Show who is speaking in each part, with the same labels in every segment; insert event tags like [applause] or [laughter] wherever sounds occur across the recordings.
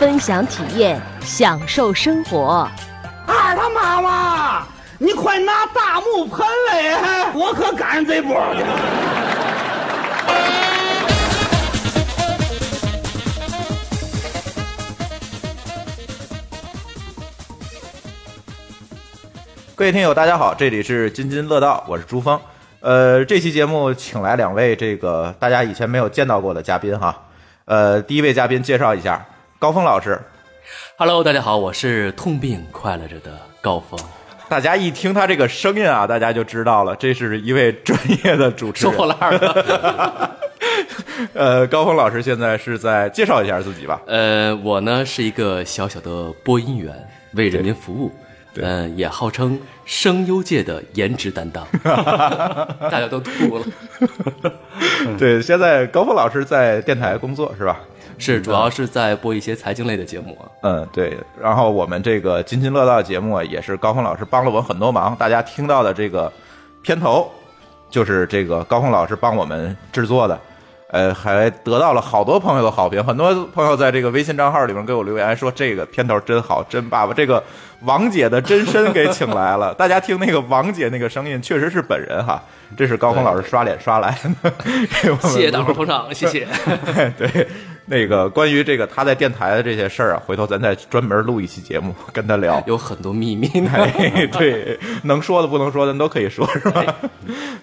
Speaker 1: 分享体验，享受生活。
Speaker 2: 二哎他妈妈，你快拿大木盆来，我可赶上这波了。
Speaker 3: 各位听友，大家好，这里是津津乐道，我是朱峰。呃，这期节目请来两位这个大家以前没有见到过的嘉宾哈。呃，第一位嘉宾介绍一下，高峰老师。
Speaker 4: Hello，大家好，我是痛并快乐着的高峰。
Speaker 3: 大家一听他这个声音啊，大家就知道了，这是一位专业的主持人。
Speaker 4: 说烂
Speaker 3: 了。呃，高峰老师现在是在介绍一下自己吧。
Speaker 4: 呃，我呢是一个小小的播音员，为人民服务。嗯、呃，也号称声优界的颜值担当，大家都吐了。
Speaker 3: 对，现在高峰老师在电台工作是吧？
Speaker 4: 是，主要是在播一些财经类的节目、啊。
Speaker 3: 嗯，对。然后我们这个津津乐道节目、啊、也是高峰老师帮了我很多忙，大家听到的这个片头就是这个高峰老师帮我们制作的。呃，还得到了好多朋友的好评，很多朋友在这个微信账号里面给我留言说这个片头真好，真爸爸，这个王姐的真身给请来了。 [laughs] 大家听那个王姐那个声音，确实是本人哈，这是高峰老师刷脸刷来的。 [laughs]
Speaker 4: 谢谢大伙捧场，谢谢。
Speaker 3: 对，那个关于这个他在电台的这些事儿啊，回头咱再专门录一期节目跟他聊，
Speaker 4: 有很多秘密呢、
Speaker 3: 哎。 [laughs] 对，能说的不能说的都可以说，是吧？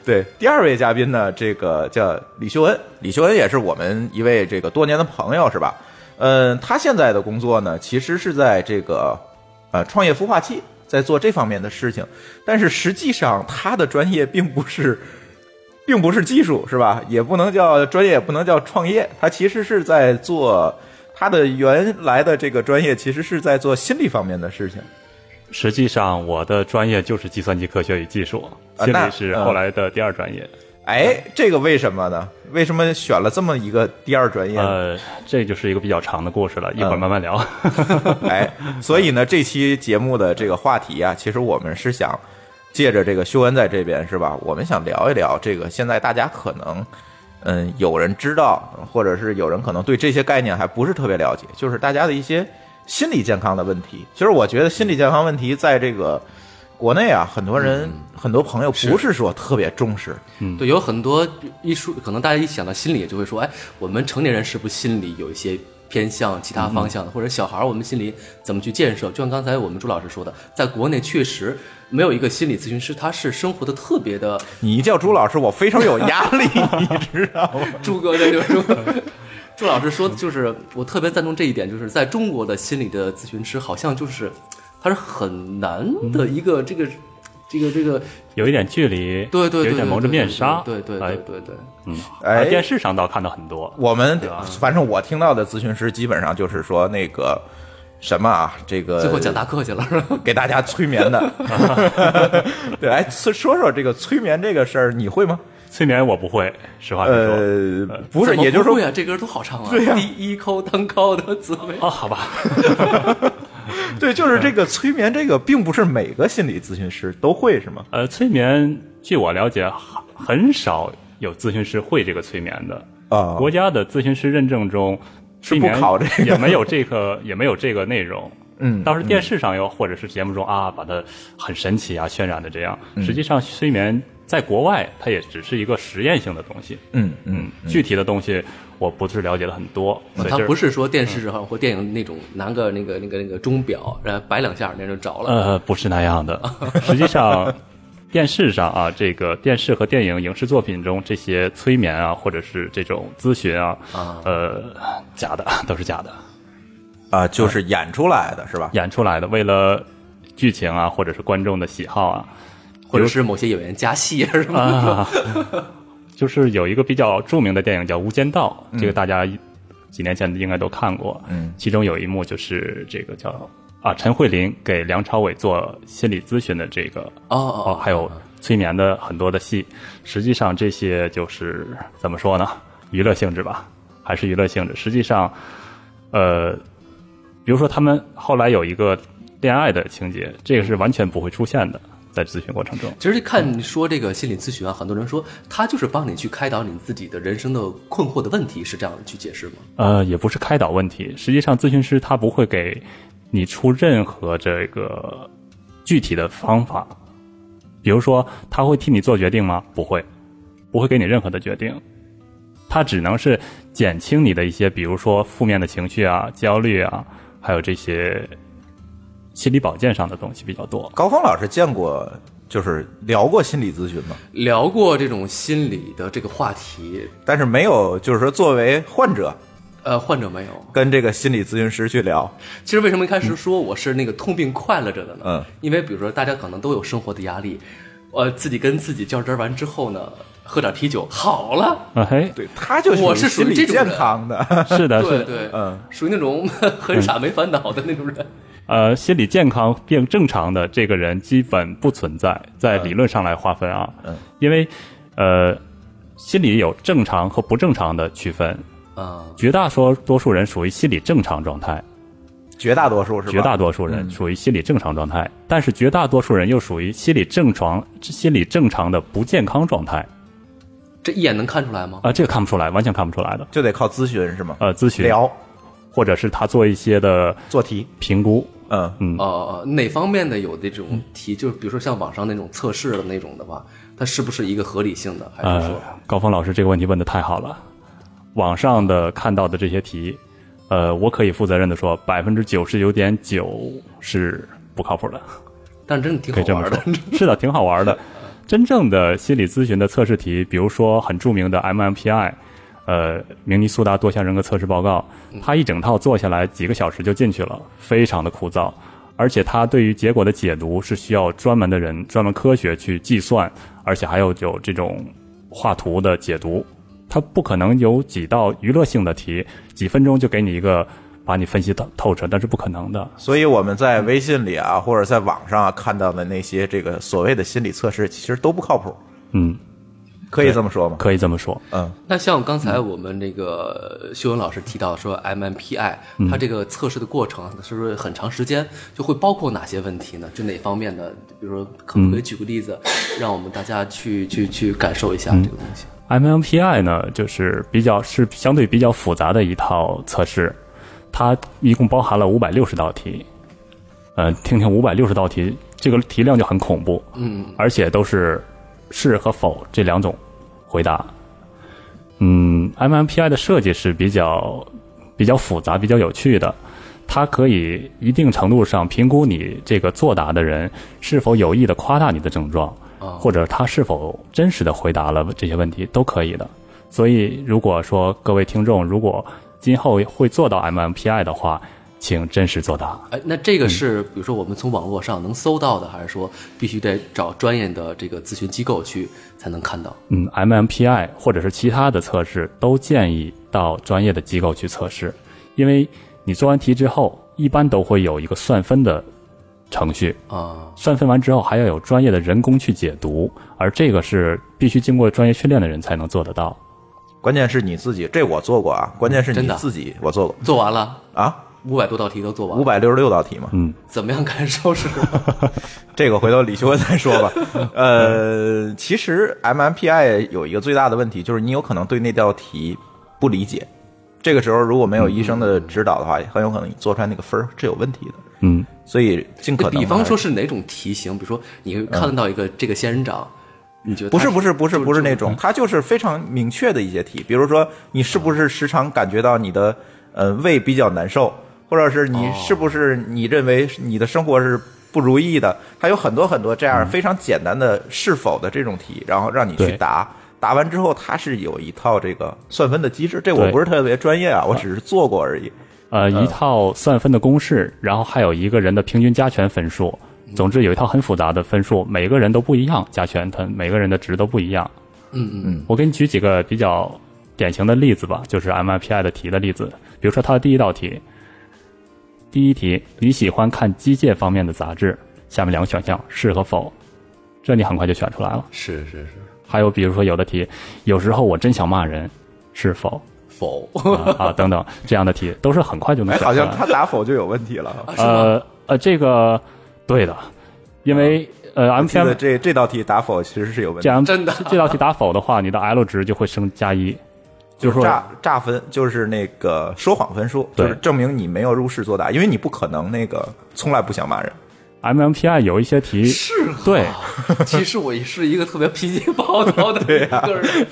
Speaker 3: 对，第二位嘉宾呢，这个叫李秀恩，李。秀恩也是我们一位这个多年的朋友，是吧？嗯，他现在的工作呢，其实是在这个呃创业孵化器在做这方面的事情，但是实际上他的专业并不是， [laughs] 并不是技术，是吧？也不能叫专业，也不能叫创业，他其实是在做他的原来的这个专业，其实是在做心理方面的事情。
Speaker 5: 实际上，我的专业就是计算机科学与技术，
Speaker 4: 啊
Speaker 5: 心理是
Speaker 4: 嗯
Speaker 5: 后来的第二专业。
Speaker 3: 呃哎，这个为什么呢？为什么选了这么一个第二专
Speaker 4: 嗯
Speaker 3: 业？
Speaker 5: 呃，这就是一个比较长的故事了，一会儿慢慢聊。 [laughs]
Speaker 3: 嗯、 [laughs] 哎，所以呢，这期节目的这个话题啊，其实我们是想借着这个秀恩在这边是吧？我们想聊一聊这个，现在大家可能嗯有人知道，或者是有人可能对这些概念还不是特别了解，就是大家的一些心理健康的问题。其实我觉得心理健康问题在这个。国内啊，很多人、嗯、很多朋友不是说特别重视，
Speaker 4: 嗯、对，有很多一说，可能大家一想到心理就会说，哎，我们成年人是不是心理有一些偏向其他方向的，嗯、或者小孩我们心理怎么去建设？就像刚才我们朱老师说的，在国内确实。没有一个心理咨询师，他是生活的特别的。
Speaker 3: 你一叫朱老师，我非常有压 [laughs] 力，你知道吗？
Speaker 4: [laughs] 朱哥这就是朱老师说的，就是我特别赞同这一点，就是在中国的心理的咨询师，好像就是他是很难的一嗯个这个这个这个
Speaker 5: 有一点距离，
Speaker 4: 对对，
Speaker 5: 有点蒙着面纱，
Speaker 4: 对对对对对，
Speaker 5: 嗯，哎，电视上倒看到很多。
Speaker 3: 我们反正我听到的咨询师基本上就是说那个。什么啊？这个
Speaker 4: 最后讲大课去了，
Speaker 3: 给大家催眠
Speaker 5: [laughs]
Speaker 3: 的。 [laughs] 对，哎，说说这个催眠这个事儿，你会吗？
Speaker 5: 催眠我不会，实话实说。
Speaker 3: 呃，不是，也就是说，
Speaker 4: 这歌都好唱啊。
Speaker 3: 对呀，
Speaker 4: 第一抠当高的滋味。
Speaker 5: 哦，好吧。
Speaker 3: 对，就是这个催眠，这个并不是每个心理咨询师都会，是吗？
Speaker 5: 呃，催眠，据我了解，很少有咨询师会这个催眠
Speaker 4: [laughs]
Speaker 5: 的
Speaker 3: 啊。
Speaker 5: 呃国家的咨询师认证中。
Speaker 3: 是不考这个，
Speaker 5: 也没有这个，也没有这个内容。
Speaker 3: [laughs] 嗯，
Speaker 5: 倒是电视上有，或者是节目中啊，把它很神奇啊渲染的这样。
Speaker 3: 嗯
Speaker 5: 实际上，催眠在国外它也只是一个实验性的东西。
Speaker 3: 嗯嗯，
Speaker 5: 具体的东西我不是了解的很多。
Speaker 4: 它不是说电视上或电影那种拿个那个那个那个钟表，然后摆两下那就着了。
Speaker 5: 呃，不是那样的。实际上，电视上啊，这个电视和电影影视作品中这些催眠啊，或者是这种咨询啊，呃。假的都是假的，
Speaker 3: 啊、呃，就是演出来的是吧？
Speaker 5: 演出来的，为了剧情啊，或者是观众的喜好啊，
Speaker 4: 或者是某些演员加戏啊什么的。
Speaker 5: 就是有一个比较著名的电影叫《无间道》，嗯、这个大家几年前应该都看过。
Speaker 3: 嗯
Speaker 5: 其中有一幕就是这个叫啊陈慧琳给梁朝伟做心理咨询的这个
Speaker 4: 哦哦
Speaker 5: 哦，还有催眠的很多的戏。实际上这些就是怎么说呢？娱乐性质吧，还是娱乐性质。实际上，呃，比如说他们后来有一个恋爱的情节，这个是完全不会出现的，在咨询过程中。
Speaker 4: 其实看你说这个心理咨询啊，很多人说他就是帮你去开导你自己的人生的困惑的问题，是这样去解释吗？
Speaker 5: 呃，也不是开导问题，实际上咨询师他不会给你出任何这个具体的方法，比如说他会替你做决定吗？不会，不会给你任何的决定，他只能是减轻你的一些，比如说负面的情绪啊、焦虑啊，还有这些心理保健上的东西比较多。
Speaker 3: 高峰老师见过，就是聊过心理咨询吗？
Speaker 4: 聊过这种心理的这个话题，
Speaker 3: 但是没有，就是说作为患者
Speaker 4: 呃，患者没有。
Speaker 3: 跟这个心理咨询师去聊，
Speaker 4: 其实为什么一开始说我是那个痛并快乐着的呢？
Speaker 3: 嗯，
Speaker 4: 因为比如说大家可能都有生活的压力，呃，自己跟自己较真儿完之后呢，喝点啤酒好了，
Speaker 5: 啊 [laughs] 嘿，
Speaker 3: 对，他就
Speaker 4: 我
Speaker 3: 是
Speaker 4: 是属于
Speaker 3: 心
Speaker 4: 这
Speaker 3: 理
Speaker 4: 种
Speaker 3: 健
Speaker 4: 人
Speaker 3: 康的， [laughs]
Speaker 5: 是的，是
Speaker 4: 对
Speaker 5: 的，
Speaker 4: 对，
Speaker 3: 嗯，
Speaker 4: 属于那种 [laughs] 很傻没烦恼的那种人。
Speaker 5: 呃，心理健康并正常的这个人基本不存在，在理论上来划分啊，
Speaker 3: 嗯
Speaker 5: 因为呃，心理有正常和不正常的区分，
Speaker 4: 啊，
Speaker 5: 绝大说多数人属于心理正常状态，
Speaker 3: 绝大多数是吧？嗯
Speaker 5: 绝大多数人属于心理正常状态，但是绝大多数人又属于心理正常、心理正常的不健康状态
Speaker 4: 这一眼能看出来吗
Speaker 5: 啊、？这个看不出来，完全看不出来的。
Speaker 3: 就得靠咨询是吗？
Speaker 5: 呃，咨询
Speaker 3: 聊
Speaker 5: 或者是他做一些的
Speaker 3: 做题，
Speaker 5: 评估，
Speaker 3: 嗯，
Speaker 5: 嗯，
Speaker 4: 哦哦，哦哪方面的有的这种题，就是比如说像网上那种测试的那种的话，它是不是一个合理性的？还是
Speaker 5: 呃
Speaker 4: 说，
Speaker 5: 高峰老师这个问题问的太好了。网上的看到的这些题，呃，我可以负责任的说，百分之九十九点九是不靠谱的，
Speaker 4: 但真的挺
Speaker 5: 可以这
Speaker 4: 好
Speaker 5: 么
Speaker 4: 玩的。
Speaker 5: 说。是 [laughs] 的，挺好玩的。真正的心理咨询的测试题，比如说很著名的 MMPI，呃，明尼苏达多项人格测试报告，
Speaker 4: 嗯
Speaker 5: 它一整套做下来几个小时就进去了，非常的枯燥。而且它对于结果的解读是需要专门的人、专门科学去计算，而且还有有这种画图的解读。它不可能有几道娱乐性的题，几分钟就给你一个把你分析透透彻，那是不可能的。
Speaker 3: 所以我们在微信里啊，或者在网上啊看到的那些这个所谓的心理测试，其实都不靠谱，
Speaker 5: 嗯，
Speaker 3: 可以这么说吗？
Speaker 5: 可以这么说。
Speaker 3: 嗯，
Speaker 4: [laughs] 那像刚才我们那个修文老师提到说 MMPI，它
Speaker 5: 嗯
Speaker 4: 这个测试的过程是不是很长时间？就会包括哪些问题呢？就哪方面的？比如说，可不可以举个例子，
Speaker 5: 嗯
Speaker 4: 让我们大家去去去感受一下这个东西？
Speaker 5: MMPI 呢，就是比较是相对比较复杂的一套测试，它一共包含了五百六十道题。呃，听听五百六十道题，这个题量就很恐怖。嗯，而且都是是和否这两种回答。嗯，MMPI 的设计是比较比较复杂、比较有趣的，它可以一定程度上评估你这个作答的人是否有意的夸大你的症状，或者他是否真实的回答了这些问题，都可以的。所以，如果说各位听众如果今后会做到 MMPI 的话，请真实作答。
Speaker 4: 哎，那这个是比如说我们从网络上能搜到的，还是说必须得找专业的这个咨询机构去才能看到？
Speaker 5: 嗯，MMPI 或者是其他的测试，都建议到专业的机构去测试，因为你做完题之后，一般都会有一个算分的程序，
Speaker 4: 啊、
Speaker 5: 算分完之后还要有专业的人工去解读，而这个是必须经过专业训练的人才能做得到。
Speaker 3: 关键是你自己，这我做过啊，关键是
Speaker 4: 真
Speaker 3: 你
Speaker 4: 的
Speaker 3: 自己，我做过
Speaker 4: 做完了，
Speaker 3: 啊，
Speaker 4: 五百多道题都做完
Speaker 3: 五
Speaker 4: 了，
Speaker 3: 百六十六道题嘛，
Speaker 4: 怎么样感受
Speaker 3: [laughs]
Speaker 4: 是？
Speaker 3: 这个回头李修文再说吧。呃，其实 MMPI 有一个最大的问题就是你有可能对那道题不理解，这个时候如果没有医生的指导的话，很有可能你做出来那个分儿是有问题的。
Speaker 5: 嗯，
Speaker 3: 所以尽可能还
Speaker 4: 比
Speaker 3: 是，
Speaker 4: 方说是哪种题型？比如说你看到一个这个仙人掌，你觉得
Speaker 3: 嗯不
Speaker 4: 它
Speaker 3: 是不是不是不是那种，嗯它就是非常明确的一些题，比如说你是不是时常感觉到你的呃胃比较难受，或者是你是不是你认为你的生活是不如意的，它有很多很多这样非常简单的是否的这种题，然后让你去
Speaker 5: 对
Speaker 3: 答。答完之后，它是有一套这个算分的机制，这我
Speaker 5: 对
Speaker 3: 不是特别专业啊，我只是做过而已。
Speaker 5: 呃，一套算分的公式，然后还有一个人的平均加权分数。总之有一套很复杂的分数，每个人都不一样，加权它每个人的值都不一样。嗯嗯，我给你举几个比较典型的例子吧，就是 MIPI 的题的例子。比如说它的第一道题，第一题，你喜欢看机械方面的杂志，下面两个选项是和否，这你很快就选出来了。
Speaker 4: 是是是，
Speaker 5: 还有比如说有的题，有时候我真想骂人，是
Speaker 4: [laughs]
Speaker 5: 否
Speaker 4: 否
Speaker 5: 啊啊等等这样的题，都是很快就能
Speaker 3: 哎，
Speaker 5: 选出
Speaker 3: 好
Speaker 5: 来
Speaker 3: 像他答否就有问题了。
Speaker 5: 呃呃，这个对的，因为呃
Speaker 3: 我记得
Speaker 5: MPM
Speaker 3: 这这道题答否其实是有问
Speaker 5: 这
Speaker 3: 题，
Speaker 5: 样
Speaker 4: 真的
Speaker 5: 这道题答否的话，你的 L 值就会升加一，就是说
Speaker 3: 诈诈分就是那个说谎分数，就是
Speaker 5: 对
Speaker 3: 证明你没有入室作答，因为你不可能那个从来不想骂人。
Speaker 5: MMPI 有一些题
Speaker 4: 是啊
Speaker 5: 对，
Speaker 4: 其实我也是一个特别脾气暴躁
Speaker 3: [laughs]
Speaker 4: 的一
Speaker 3: 啊
Speaker 4: 个人，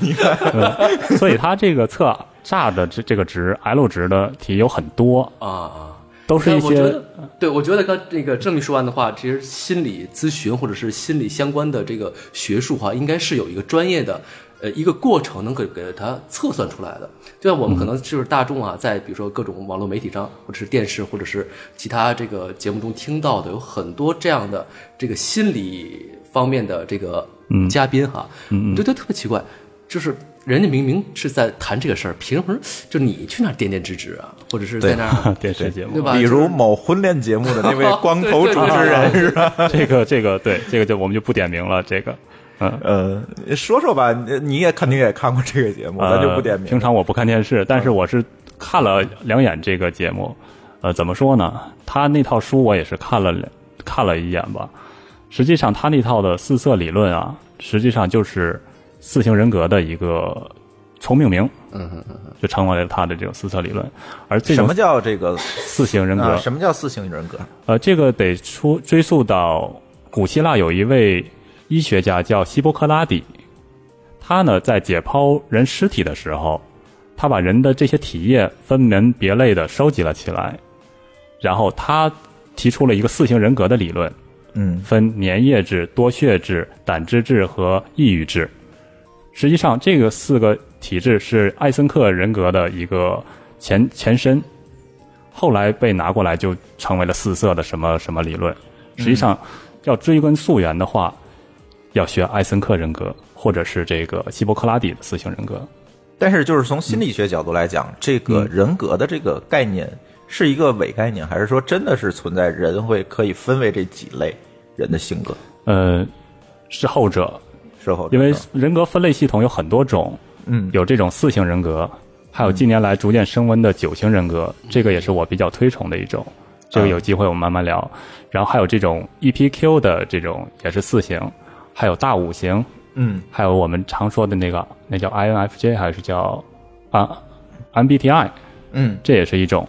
Speaker 5: 嗯所以它这个测诈的这这个值 L 值的题有很多，
Speaker 4: 啊啊。
Speaker 5: 都是一
Speaker 4: 但我觉
Speaker 5: 些 [laughs]
Speaker 4: 得，对我觉得刚那个这么一说完的话，其实心理咨询或者是心理相关的这个学术哈，应该是有一个专业的。呃，一个过程能给给它测算出来的，就像我
Speaker 5: 嗯
Speaker 4: 们可能就是大众啊，在比如说各种网络媒体上，或者是电视，或者是其他这个节目中听到的，有很多这样的这个心理方面的这个嘉宾哈，嗯嗯，对对，特别奇怪，就是人家明明是在谈这个事儿，凭什么就你去那儿颠颠直直啊，或者是在那
Speaker 5: [laughs]
Speaker 4: 儿
Speaker 5: 电视节目
Speaker 4: 对，吧？
Speaker 3: 比
Speaker 4: 就是
Speaker 3: 如某婚恋节目的
Speaker 4: [laughs]
Speaker 3: 那位光头主持人是吧？
Speaker 5: 这个这个对这个就我们就不点名了，这个嗯。
Speaker 3: 呃，说说吧，你你也肯定也看过这个节目，咱就不点
Speaker 5: 呃。
Speaker 3: 名嗯
Speaker 5: 平。常我不看电视，但是我是看了两眼这个节目。呃，怎么说呢？他那套书我也是看了两看了一眼吧。实际上，他那套的四色理论啊，实际上就是四型人格的一个重命名。嗯嗯嗯，就成为了他的这种四色理论。而这
Speaker 3: 什
Speaker 5: 种
Speaker 3: 么叫这个
Speaker 5: 四型人格，
Speaker 3: 啊？什么叫四型人格？
Speaker 5: 呃，这个得出追溯到古希腊有一位医学家叫希波克拉底，他呢在解剖人尸体的时候，他把人的这些体液分门别类的收集了起来，然后他提出了一个四型人格的理论，
Speaker 3: 嗯，
Speaker 5: 分粘液质、多血质、胆汁质和抑郁质。实际上，这个四个体质是艾森克人格的一个前前身，后来被拿过来就成为了四色的什么什么理论。实际上，要追根溯源的话，要学艾森克人格，或者是这个希波克拉底的四型人格。
Speaker 3: 但是就是从心理学角度来讲，
Speaker 5: 嗯
Speaker 3: 这个人格的这个概念是一个伪概念，还是说真的是存在人会可以分为这几类人的性格？
Speaker 5: 呃，是后者，
Speaker 3: 是后者
Speaker 5: 因为
Speaker 3: 呢
Speaker 5: 人格分类系统有很多种，
Speaker 3: 嗯
Speaker 5: 有这种四型人格，还有近年来逐渐升温的九型人格，这个也是我比较推崇的一种。这个有机会我们慢慢聊。然后还有这种 EPQ 的这种也是四型，还有大五型，
Speaker 3: 嗯
Speaker 5: 还有我们常说的那个那叫 INFJ 还是叫啊 MBTI，
Speaker 3: 嗯
Speaker 5: 这也是一种。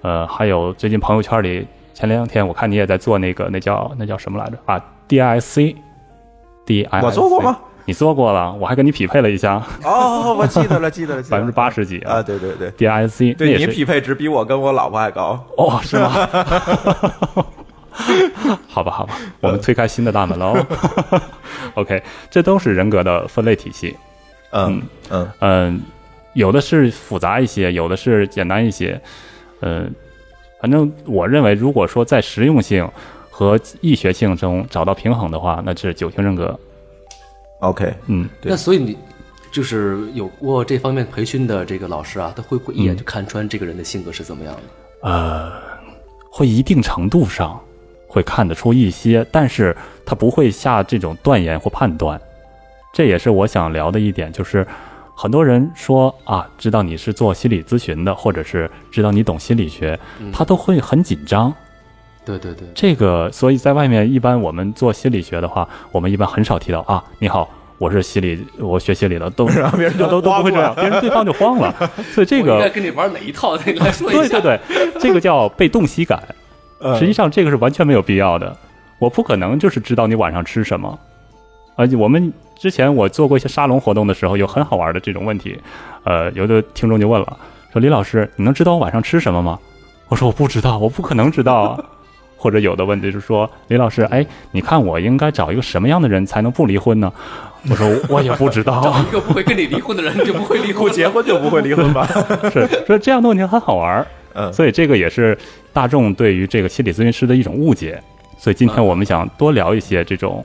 Speaker 5: 呃，还有最近朋友圈里前两天我看你也在做那个那叫那叫什么来着啊 DISC，DISC
Speaker 3: 我做过吗？
Speaker 5: 你做过了，我还跟你匹配了一下，
Speaker 3: [laughs] 哦，我记得了，记得了，记得
Speaker 5: 百
Speaker 3: 了
Speaker 5: 分之八十几
Speaker 3: 啊！对对对，
Speaker 5: DISC，那
Speaker 3: 对
Speaker 5: 也
Speaker 3: 你
Speaker 5: 是
Speaker 3: 匹配值比我跟我老婆还高。
Speaker 5: 哦，是吗？ [laughs] 好吧，好吧，我们推开新的大门了哦。OK，这都是人格的分类体系。
Speaker 3: 嗯嗯，
Speaker 5: 嗯，有的是复杂一些，有的是简单一些。嗯，反正我认为，如果说在实用性和易学性中找到平衡的话，那是九型人格。
Speaker 3: OK，
Speaker 5: 嗯，
Speaker 3: 对
Speaker 4: 那所以你就是有过这方面培训的这个老师啊，他会不会一眼就看穿这个人的性格是怎么样的？
Speaker 5: 呃会一定程度上会看得出一些，但是他不会下这种断言或判断。这也是我想聊的一点，就是很多人说啊，知道你是做心理咨询的，或者是知道你懂心理学，他都会很紧张。
Speaker 4: 对对对，
Speaker 5: 这个，所以在外面一般我们做心理学的话，我们一般很少提到啊，你好。我是心理，我学心理的，都
Speaker 3: 别人就
Speaker 5: 都都不
Speaker 3: 慌
Speaker 5: 会这
Speaker 3: 了
Speaker 5: 样，别人对方就慌了，所以这
Speaker 4: 我应该
Speaker 5: 个
Speaker 4: 跟你玩哪一套？你来说一
Speaker 5: 对
Speaker 4: 下。
Speaker 5: 对对，这个叫被洞悉感。实际上这个是完全没有必要的。我不可能就是知道你晚上吃什么，而且我们之前我做过一些沙龙活动的时候，有很好玩的这种问题，呃，有的听众就问了，说李老师，你能知道我晚上吃什么吗？我说我不知道，我不可能知道啊。 [laughs] 或者有的问题是说，李老师，哎，你看我应该找一个什么样的人才能不离婚呢？我说我也不知道。啊
Speaker 4: 一个不会跟你离婚的人，你就不会离
Speaker 3: 不
Speaker 4: 婚。[laughs]
Speaker 3: 结婚就不会离婚吧？ [laughs]
Speaker 5: 是，所以这样的问题很好玩儿。
Speaker 3: 嗯
Speaker 5: 所以这个也是大众对于这个心理咨询师的一种误解。所以今
Speaker 3: 嗯
Speaker 5: 天我们想多聊一些这种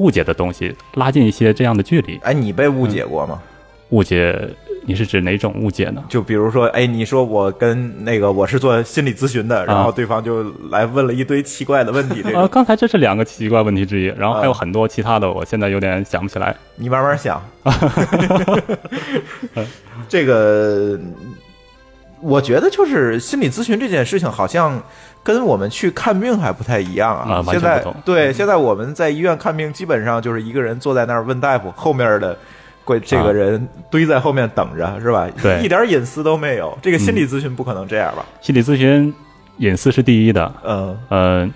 Speaker 5: 误解的东西，拉近一些这样的距离。嗯
Speaker 3: 哎，你被误解过吗？
Speaker 5: 误解你是指哪种误解呢？
Speaker 3: 就比如说，哎，你说我跟那个我是做心理咨询
Speaker 5: 啊
Speaker 3: 的，然后对方就来问了一堆奇怪的问题，这
Speaker 5: 呃，
Speaker 3: 种
Speaker 5: 刚才这是两个奇怪问题之一，然后还有
Speaker 3: 啊
Speaker 5: 很多其他的，我现在有点想不起来。
Speaker 3: 你慢慢
Speaker 5: [laughs]
Speaker 3: 想。这个，我觉得就是心理咨询这件事情，好像跟我们去看病还不太一样
Speaker 5: 啊
Speaker 3: 啊。
Speaker 5: 完全
Speaker 3: 现在
Speaker 5: 不同
Speaker 3: 对，现在我们在医院看病，基本上就是一个人坐在那儿问大夫，后面的。鬼这个人堆在后面等着是吧？
Speaker 5: 对
Speaker 3: 一点隐私都没有。这个心理咨询不可能这样吧？
Speaker 5: 心理咨询隐私是第一的，
Speaker 3: 嗯，
Speaker 5: 呃，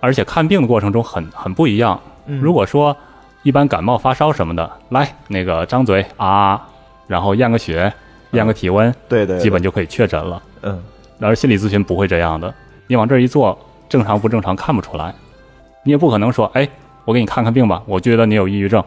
Speaker 5: 而且看病的过程中很很不一样。
Speaker 3: 嗯
Speaker 5: 如果说一般感冒发烧什么的，来那个张嘴啊，然后验个血，验个体温，
Speaker 3: 嗯对对，对
Speaker 5: 基本就可以确诊了。
Speaker 3: 嗯，
Speaker 5: 而心理咨询不会这样的，你往这儿一坐，正常不正常看不出来，你也不可能说，哎，我给你看看病吧，我觉得你有抑郁症，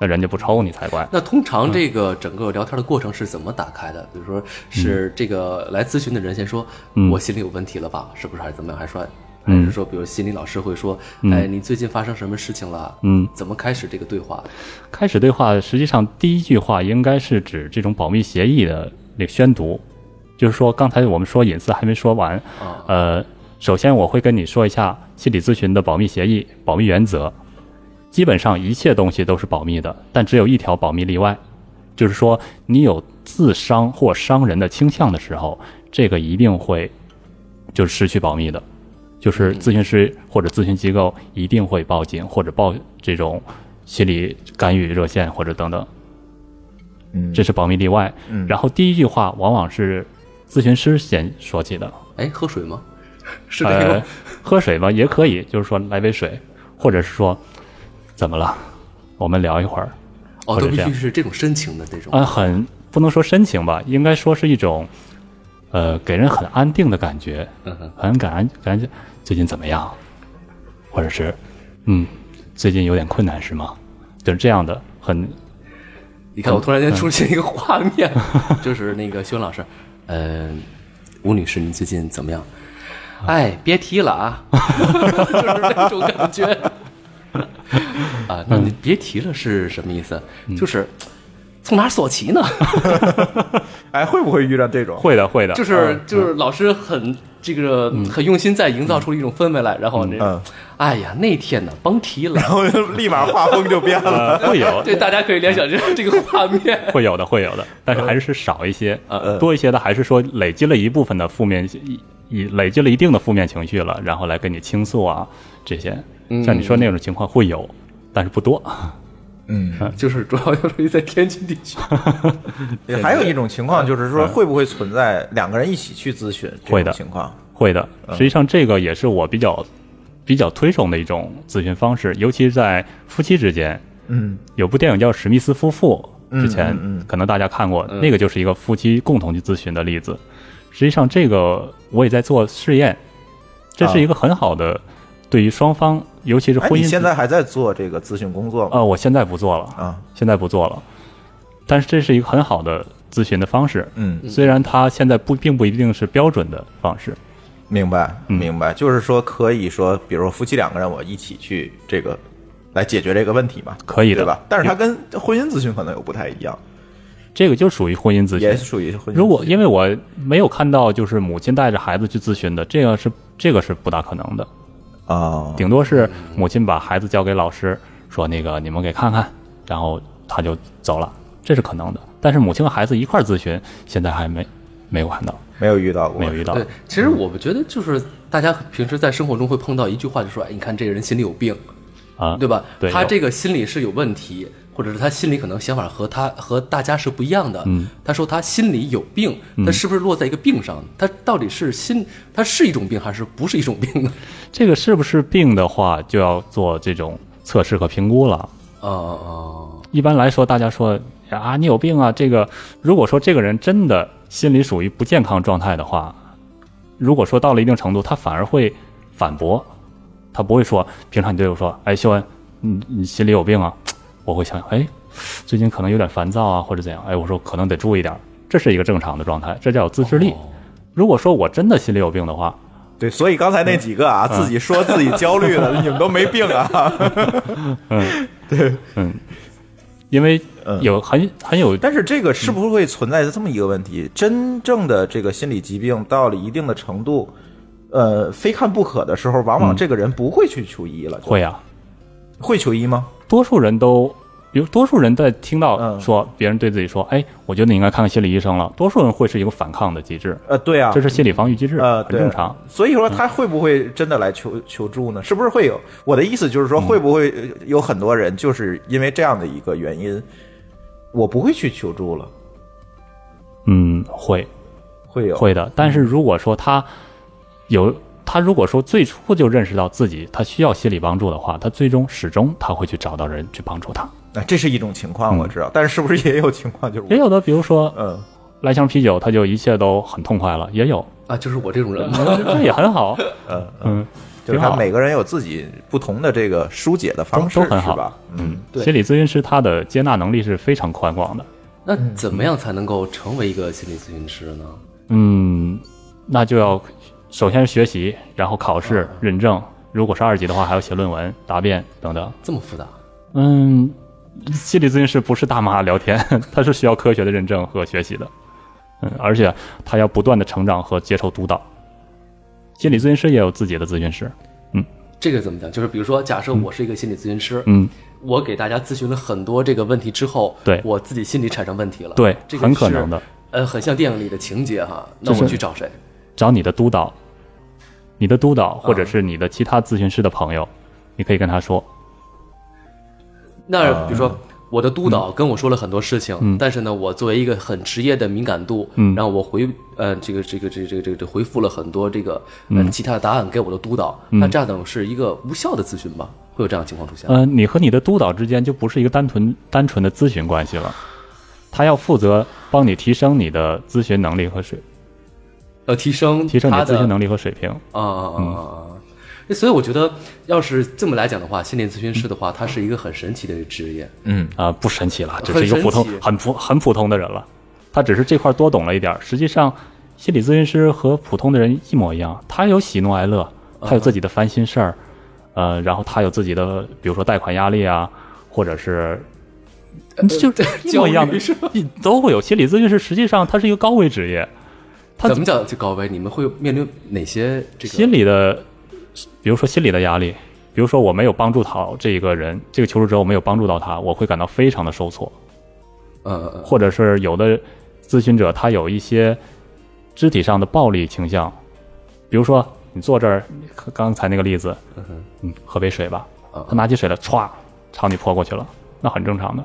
Speaker 5: 那人家不抽你才怪。
Speaker 4: 那通常这个整个聊天的过程是怎么打开的？比如说是这个来咨询的人先说，
Speaker 5: 嗯
Speaker 4: 我心里有问题了吧？是不是还是怎么样？还说，还
Speaker 5: 嗯
Speaker 4: 是说，比如心理老师会说，
Speaker 5: 嗯
Speaker 4: 哎，你最近发生什么事情了？
Speaker 5: 嗯
Speaker 4: 怎么开始这个对话的？
Speaker 5: 开始对话，实际上第一句话应该是指这种保密协议的那个宣读，就是说刚才我们说隐私还没说完，
Speaker 4: 啊，
Speaker 5: 呃，首先我会跟你说一下心理咨询的保密协议、保密原则。基本上一切东西都是保密的，但只有一条保密例外，就是说你有自伤或伤人的倾向的时候，这个一定会就是失去保密的，
Speaker 3: 嗯
Speaker 5: 就是咨询师或者咨询机构一定会报警或者报这种心理干预热线或者等等。
Speaker 3: 嗯
Speaker 5: 这是保密例外。
Speaker 3: 嗯
Speaker 5: 然后第一句话往往是咨询师先说起的，
Speaker 4: 哎，喝水吗？是这个
Speaker 5: 呃
Speaker 4: 吗，
Speaker 5: 喝水吧也可以，就是说来杯水，或者是说怎么了，我们聊一会儿
Speaker 4: 哦，
Speaker 5: 或
Speaker 4: 都
Speaker 5: 者
Speaker 4: 必
Speaker 5: 这样
Speaker 4: 须是这种深情的这种
Speaker 5: 啊、。很不能说深情吧，应该说是一种呃给人很安定的感觉，
Speaker 4: 嗯哼
Speaker 5: 很感安感觉最近怎么样，或者是嗯最近有点困难是吗？就是这样的，很
Speaker 4: 你看，我突然
Speaker 3: 嗯
Speaker 4: 间出现一个画面， [laughs] 就是那个修文老师，呃，吴女士，您最近怎么样？哎，别提了啊， [laughs] 就是那种感觉。啊，那你
Speaker 3: 嗯
Speaker 4: 别提了是什么意思？就是从哪儿锁起呢？ [laughs]
Speaker 3: 哎，会不会遇到这种？
Speaker 5: 会的会的，
Speaker 4: 就是
Speaker 3: 嗯
Speaker 4: 就是老师很这个很用心在营造出了一种氛围来，然后那
Speaker 3: 嗯
Speaker 4: 种，哎呀，那天呢，甭提了。 [laughs]
Speaker 3: 然后就立马画风就变了。
Speaker 5: 呃会有
Speaker 4: 对，大家可以联想这这个画面。
Speaker 5: 会有的，会有的，但是还是少一些，
Speaker 3: 嗯
Speaker 5: 多一些的还是说累积了一部分的负面，一一累积了一定的负面情绪了，然后来跟你倾诉啊这些。像你说那种情况会有，但是不多。
Speaker 3: 嗯
Speaker 4: 就是主要就是在天津地区，
Speaker 3: 还有一种情况就是说，会不会存在两个人一起去咨询这种
Speaker 5: 嗯会的
Speaker 3: 情况？
Speaker 5: 会的，
Speaker 3: 嗯
Speaker 5: 实际上这个也是我比较比较推崇的一种咨询方式，尤其是在夫妻之间。
Speaker 3: 嗯，
Speaker 5: 有部电影叫《史密斯夫妇》，之前
Speaker 3: 嗯嗯嗯
Speaker 5: 可能大家看过，那个就是一个夫妻共同去咨询的例子。实际上，这个我也在做试验，这是一个很好的对于双方，尤其是
Speaker 3: 哎，
Speaker 5: 婚
Speaker 3: 你
Speaker 5: 姻。
Speaker 3: 现在还在做这个咨询工作吗？
Speaker 5: 呃，我现在不做了，
Speaker 3: 啊，
Speaker 5: 现在不做了。但是这是一个很好的咨询的方式，
Speaker 3: 嗯，
Speaker 5: 虽然它现在不并不一定是标准的方式，
Speaker 3: 明白，
Speaker 5: 嗯
Speaker 3: 明白，就是说可以说，比如说夫妻两个人，我一起去这个来解决这个问题嘛，
Speaker 5: 可以的
Speaker 3: 对吧？但是它跟婚姻咨询可能又不太一样，
Speaker 5: 这个就属于婚姻咨询，
Speaker 3: 也属于婚姻咨询。
Speaker 5: 如果因为我没有看到就是母亲带着孩子去咨询的，这个是这个是不大可能的，
Speaker 3: 啊，
Speaker 5: 顶多是母亲把孩子交给老师，说那个你们给看看，然后他就走了，这是可能的。但是母亲和孩子一块儿咨询，现在还没没有看到，
Speaker 3: 没有遇到过，
Speaker 5: 没有遇到
Speaker 4: 对。，其实我们觉得就是大家平时在生活中会碰到一句话，就说：“哎，你看这个人心里有病，
Speaker 5: 啊，
Speaker 4: 对吧？
Speaker 5: 对
Speaker 4: 他
Speaker 5: 有
Speaker 4: 这个心理是有问题，或者是他心里可能想法和他和大家是不一样的。”
Speaker 5: 嗯，
Speaker 4: 他说他心里有病，他是不是落在一个病上？他到底是心，他是一种病还是不是一种病呢？ [laughs]
Speaker 5: 这个是不是病的话，就要做这种测试和评估了。
Speaker 4: 哦哦，
Speaker 5: 一般来说，大家说啊，你有病啊。这个如果说这个人真的心理属于不健康状态的话，如果说到了一定程度，他反而会反驳，他不会说平常你对我说，哎，秀恩，你你心里有病啊？我会想，哎，最近可能有点烦躁啊，或者怎样？哎，我说可能得注意点儿，这是一个正常的状态，这叫自制力。如果说我真的心里有病的话，
Speaker 3: 对，所以刚才那几个啊，
Speaker 5: 嗯
Speaker 3: 自己说自己焦
Speaker 5: [laughs]
Speaker 3: 虑的，你们都没病啊，
Speaker 5: 因为
Speaker 3: 嗯
Speaker 5: 有很
Speaker 3: [laughs]
Speaker 5: 很有
Speaker 3: 但是这个是不是会存在着这么一个问
Speaker 5: 嗯
Speaker 3: 题？真正的这个心理疾病到了一定的程度，呃，非看不可的时候，往
Speaker 5: 嗯
Speaker 3: 往这个人不会去求医了。
Speaker 5: 会啊，
Speaker 3: 会求医吗？
Speaker 5: 多数人都，比如多数人在听到
Speaker 3: 嗯
Speaker 5: 说别人对自己说，哎，我觉得你应该看看心理医生了，多数人会是一个反抗的机制，
Speaker 3: 呃，对啊，
Speaker 5: 这是心理防御机制，
Speaker 3: 呃，
Speaker 5: 很
Speaker 3: 对
Speaker 5: 正常。。
Speaker 3: 所以说他会不会真的来求求助呢？是不是会有？我的意思就是说，
Speaker 5: 嗯
Speaker 3: 会不会呃有很多人就是因为这样的一个原因，我不会去求助了？
Speaker 5: 嗯，会
Speaker 3: 会有，
Speaker 5: 会的。但是如果说他有他如果说最初就认识到自己他需要心理帮助的话，他最终始终他会去找到人去帮助他。
Speaker 3: 那这是一种情况，我知道。但是是不是也有情况就是
Speaker 5: 也有的，比如说
Speaker 3: 嗯，
Speaker 5: 来箱啤酒，他就一切都很痛快了，
Speaker 3: [laughs]
Speaker 5: 也有，
Speaker 4: 啊，就是我这种人吗，
Speaker 5: 这也很好。嗯，
Speaker 3: 就是
Speaker 5: 挺
Speaker 3: 他
Speaker 5: 好。
Speaker 3: 每个人有自己不同的这个疏解的方式，
Speaker 5: 都都很好
Speaker 3: 是吧？嗯，
Speaker 4: 对
Speaker 5: 心理咨询师他的接纳能力是非常宽广的。
Speaker 4: 那怎么样才能够成为一个心理咨询师呢？
Speaker 5: 嗯，那就要首先是学习，然后考试、认证。如果是二级的话，还要写论文、答辩等等。
Speaker 4: 这么复杂？
Speaker 5: 嗯，心理咨询师不是大妈聊 [laughs] 天，他是需要科学的认证和学习的。嗯，而且他要不断的成长和接受督导。心理咨询师也有自己的咨询师。
Speaker 4: 这个怎么讲？就是比如说，假设我是一个心理咨询师，
Speaker 5: 嗯，
Speaker 4: 我给大家咨询了很多这个问题之后，
Speaker 5: 对
Speaker 4: 我自己心里产生问题了，
Speaker 5: 对
Speaker 4: 这个
Speaker 5: 很可
Speaker 4: 是
Speaker 5: 能的，
Speaker 4: 呃，很像电影里的情节哈。那
Speaker 5: 就是
Speaker 4: 我去找谁？
Speaker 5: 找你的督导，你的督导或者是你的其他咨询师的朋友，你可以跟他说，
Speaker 4: 那
Speaker 5: 啊
Speaker 4: 比如说。我的督
Speaker 5: 嗯
Speaker 4: 导跟我说了很多事情，但是呢，我作为一个很职业的敏感度，
Speaker 5: 嗯
Speaker 4: 然后我回呃这个这个这个这个这个这个回复了很多这个嗯、呃其他的答案给我的督导，那这样等于是一个无效的咨询吧？会有这样的情况出现吗？
Speaker 5: 嗯呃，你和你的督导之间就不是一个单纯单纯的咨询关系了，他要负责帮你提升你的咨询能力和水，
Speaker 4: 要提升
Speaker 5: 提升你
Speaker 4: 他
Speaker 5: 的
Speaker 4: 的
Speaker 5: 咨询能力和水平。
Speaker 4: 啊啊啊啊啊！那所以我觉得，要是这么来讲的话，心理咨询师的话，他是一个很神奇的职业。
Speaker 3: 嗯，
Speaker 5: 啊、不神奇了，只是一个普通
Speaker 4: 很神、奇
Speaker 5: 很普、很普通的人了。他只是这块多懂了一点儿，实际上心理咨询师和普通的人一模一样，他有喜怒哀乐，
Speaker 4: 嗯
Speaker 5: 他有自己的烦心事儿，呃，然后他有自己的，比如说贷款压力啊，或者是。
Speaker 4: 呃
Speaker 5: 就一模一样的，一 [laughs] 都会有心理咨询师。实际上，他是一个高危职业，他
Speaker 4: 怎么讲？就高危，你们会面临哪些这个
Speaker 5: 心理的，比如说心理的压力，比如说我没有帮助到这一个人，这个求助者我没有帮助到他，我会感到非常的受挫。
Speaker 4: 呃呃
Speaker 5: 或者是有的咨询者他有一些肢体上的暴力倾向，比如说你坐这儿，刚才那个例子，嗯，喝杯水吧，
Speaker 4: 啊
Speaker 5: 他拿起水来，歘，朝你泼过去了，那很正常的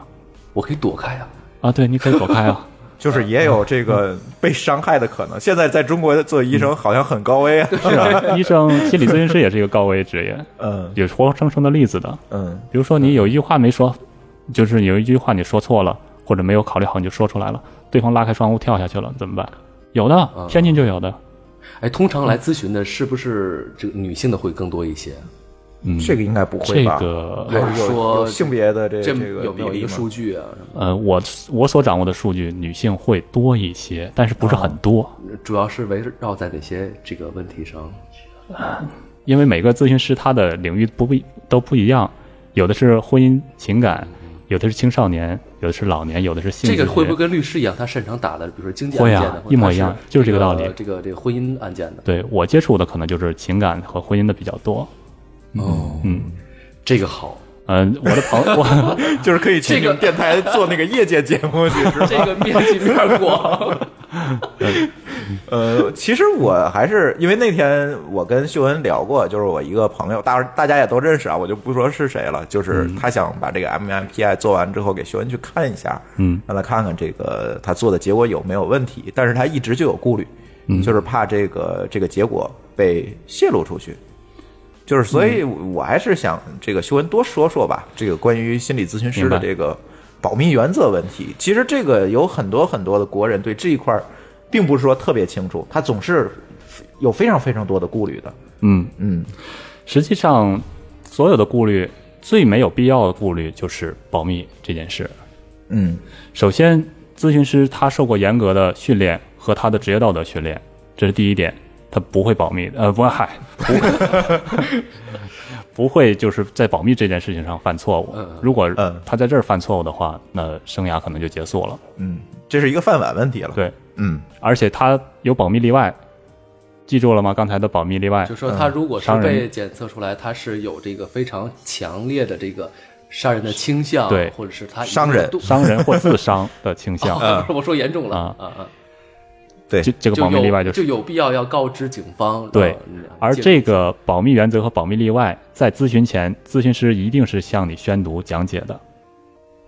Speaker 4: 我可以躲开啊？
Speaker 5: 啊，对，你可以躲开啊， [laughs]
Speaker 3: 就是也有这个被伤害的可能。现在在中国做医生好像很高危啊。
Speaker 5: [laughs] 是啊，医生、心理咨询师也是一个高危职业，
Speaker 3: [laughs] 嗯
Speaker 5: 有活生生的例子的，
Speaker 3: 嗯
Speaker 5: 比如说你有一句话没说，就是有一句话你说错了，或者没有考虑好你就说出来了，对方拉开窗户跳下去了，怎么办？有
Speaker 4: 嗯
Speaker 5: 的，天津就有的，
Speaker 4: 哎，通常来咨询的是不是这个女性的会更多一些？
Speaker 5: 嗯，
Speaker 3: 这个应该不会
Speaker 5: 这
Speaker 3: 吧？
Speaker 5: 个
Speaker 3: 有
Speaker 4: 还是
Speaker 3: 有
Speaker 4: 说
Speaker 3: 有性别的这
Speaker 4: 这
Speaker 3: 这个
Speaker 4: 有没有
Speaker 3: 比
Speaker 4: 一
Speaker 3: 例
Speaker 4: 个
Speaker 3: 吗
Speaker 4: 数据啊？什么
Speaker 5: 呃，我我所掌握的数据，女性会多一些，但是不是很
Speaker 4: 啊
Speaker 5: 多，
Speaker 4: 的主要是围绕在哪些这个问题上？
Speaker 5: 因为每个咨询师他的领域不不都不一样，有的是婚姻情感，有的是青少年，有的是老年，有的是
Speaker 4: 嗯
Speaker 5: 性
Speaker 4: 这个
Speaker 5: 子
Speaker 4: 会不会
Speaker 5: 学
Speaker 4: 跟律师一样，他擅长打的，比如说经济案件
Speaker 5: 会
Speaker 4: 的
Speaker 5: 啊，
Speaker 4: 或者
Speaker 5: 一模一样
Speaker 4: 他
Speaker 5: 就是
Speaker 4: 这
Speaker 5: 这个道理
Speaker 4: 这个这个婚姻案件的。
Speaker 5: 对我接触的可能就是情感和婚姻的比较多。
Speaker 4: 哦，嗯，这个好，
Speaker 5: 嗯、我的朋 [laughs] 我
Speaker 3: 就是可以去
Speaker 4: 这
Speaker 3: 你
Speaker 4: 个
Speaker 3: 们电台做那个夜间节目去。是吧
Speaker 4: 这个面积面广。
Speaker 3: 呃，其实我还是因为那天我跟秀恩聊过，就是我一个朋友，大大家也都认识啊，我就不说是谁了。就是他想把这个 MMPI 做完之后给秀恩去看一下，
Speaker 5: 嗯，
Speaker 3: 让他看看这个他做的结果有没有问题。但是他一直就有顾虑，嗯、就是怕这个这个结果被泄露出去。就是，所以
Speaker 5: 嗯
Speaker 3: 我还是想这个修文多说说吧，这个关于心理咨询师的
Speaker 5: 明白
Speaker 3: 这个保密原则问题。其实这个有很多很多的国人对这一块儿并不是说特别清楚，他总是有非常非常多的顾虑的。
Speaker 5: 嗯，
Speaker 3: 嗯，
Speaker 5: 实际上所有的顾虑，最没有必要的顾虑就是保密这件事。
Speaker 3: 嗯，
Speaker 5: 首先，咨询师他受过严格的训练和他的职业道德训练，这是第一点，他不会保密的，呃，不，嗨，不会， [laughs] 不会就是在保密这件事情上犯错误
Speaker 4: 嗯嗯。
Speaker 5: 如果
Speaker 3: 嗯
Speaker 5: 他在这儿犯错误的话，那生涯可能就结束了。
Speaker 3: 嗯，这是一个饭碗问题了。，
Speaker 5: 对，
Speaker 3: 嗯，
Speaker 5: 而且他有保密例外，记住了吗？刚才的保密例外
Speaker 4: 就，说他如果是
Speaker 5: 伤嗯人
Speaker 4: 被检测出来，他是有这个非常强烈的这个杀人的倾向，
Speaker 5: 对
Speaker 4: 或者是他
Speaker 3: 伤人
Speaker 4: [laughs]
Speaker 5: 伤人或自伤的倾向，
Speaker 4: 啊，不是我说严重了
Speaker 5: 啊
Speaker 4: 啊啊，
Speaker 3: 对，
Speaker 5: 这这个
Speaker 4: 就
Speaker 5: 保密
Speaker 4: 有
Speaker 5: 例外就是
Speaker 4: 就有必要要告知警方。
Speaker 5: 对
Speaker 4: 嗯
Speaker 5: 而这个保密原则和保密例外，在咨询前，咨询师一定是向你宣读讲解的，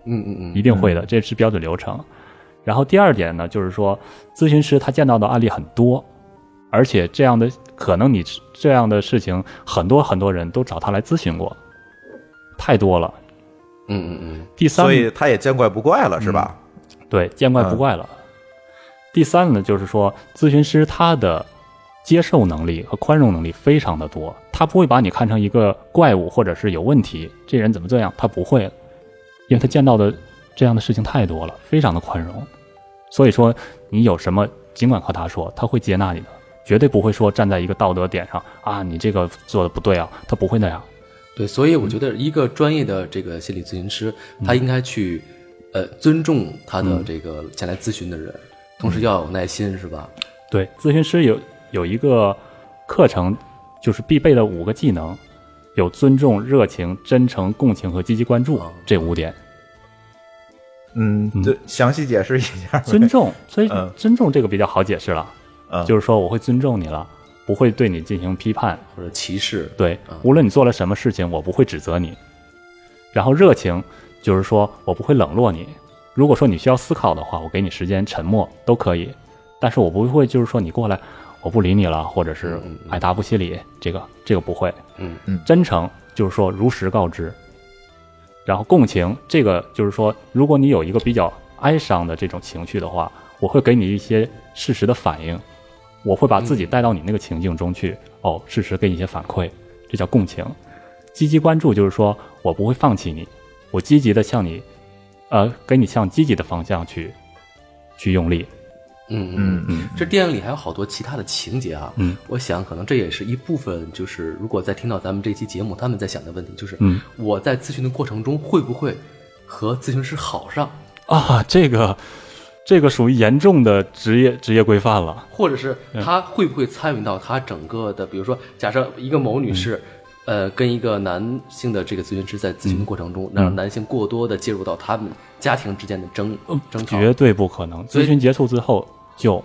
Speaker 4: 嗯嗯
Speaker 5: 一定会的，这是标准流程。然后第二点呢，就是说，咨询师他见到的案例很多，而且这样的可能你这样的事情，很多很多人都找他来咨询过，太多了。
Speaker 4: 嗯嗯嗯
Speaker 5: 第三
Speaker 3: 所，以他也见怪不怪了，是吧？
Speaker 5: 对，见怪不怪了。第三呢，就是说，咨询师他的接受能力和宽容能力非常的多，他不会把你看成一个怪物或者是有问题，这人怎么这样，他不会，因为他见到的这样的事情太多了，非常的宽容。所以说，你有什么尽管和他说，他会接纳你的，绝对不会说站在一个道德点上啊，你这个做的不对啊，他不会那样。
Speaker 4: 嗯，对，所以我觉得一个专业的这个心理咨询师，
Speaker 5: 嗯
Speaker 4: 他应该去呃尊重他的这个前来咨询的人，同
Speaker 5: 嗯
Speaker 4: 时要有耐心，是吧？
Speaker 5: 对，咨询师有有一个课程，就是必备的五个技能，有尊重、热情、真诚、共情和积极关注、
Speaker 4: 哦
Speaker 5: 这五点。
Speaker 3: 嗯，对，详细解释一下呗。
Speaker 5: 尊重，所以
Speaker 3: 嗯
Speaker 5: 尊重这个比较好解释了，
Speaker 3: 嗯，
Speaker 5: 就是是说我会尊重你了，不会对你进行批判。
Speaker 4: 或者歧视，
Speaker 5: 对
Speaker 4: 嗯，
Speaker 5: 无论你做了什么事情，我不会指责你。然后热情就是说我不会冷落你。如果说你需要思考的话，我给你时间沉默都可以，但是我不会就是说你过来，我不理你了，或者是爱答不理理，这个这个不会。
Speaker 4: 嗯
Speaker 3: 嗯
Speaker 5: 真诚就是说如实告知。然后共情这个就是说，如果你有一个比较哀伤的这种情绪的话，我会给你一些适时的反应，我会把自
Speaker 4: 嗯
Speaker 5: 己带到你那个情境中去，哦，适时给你一些反馈，这叫共情。积极关注就是说我不会放弃你，我积极的向你，呃，给你向积极的方向去去用力。
Speaker 4: 嗯嗯
Speaker 3: 嗯嗯，
Speaker 4: 这电影里还有好多其他的情节啊，
Speaker 5: 嗯，
Speaker 4: 我想可能这也是一部分，就是如果在听到咱们这期节目，他们在想的问题，就是，
Speaker 5: 嗯，
Speaker 4: 我在咨询的过程中会不会和咨询师好上，
Speaker 5: 啊，这个这个属于严重的职业职业规范了。
Speaker 4: 或者是
Speaker 5: 嗯
Speaker 4: 他会不会参与到他整个的，比如说，假设一个某女士，
Speaker 5: 嗯
Speaker 4: 呃，跟一个男性的这个咨询师在咨询的过程中，
Speaker 5: 嗯
Speaker 4: 让男性过多的介入到他们家庭之间的争
Speaker 5: 呃
Speaker 4: 争吵，
Speaker 5: 绝对不可能。
Speaker 4: 所以
Speaker 5: 咨询结束之后就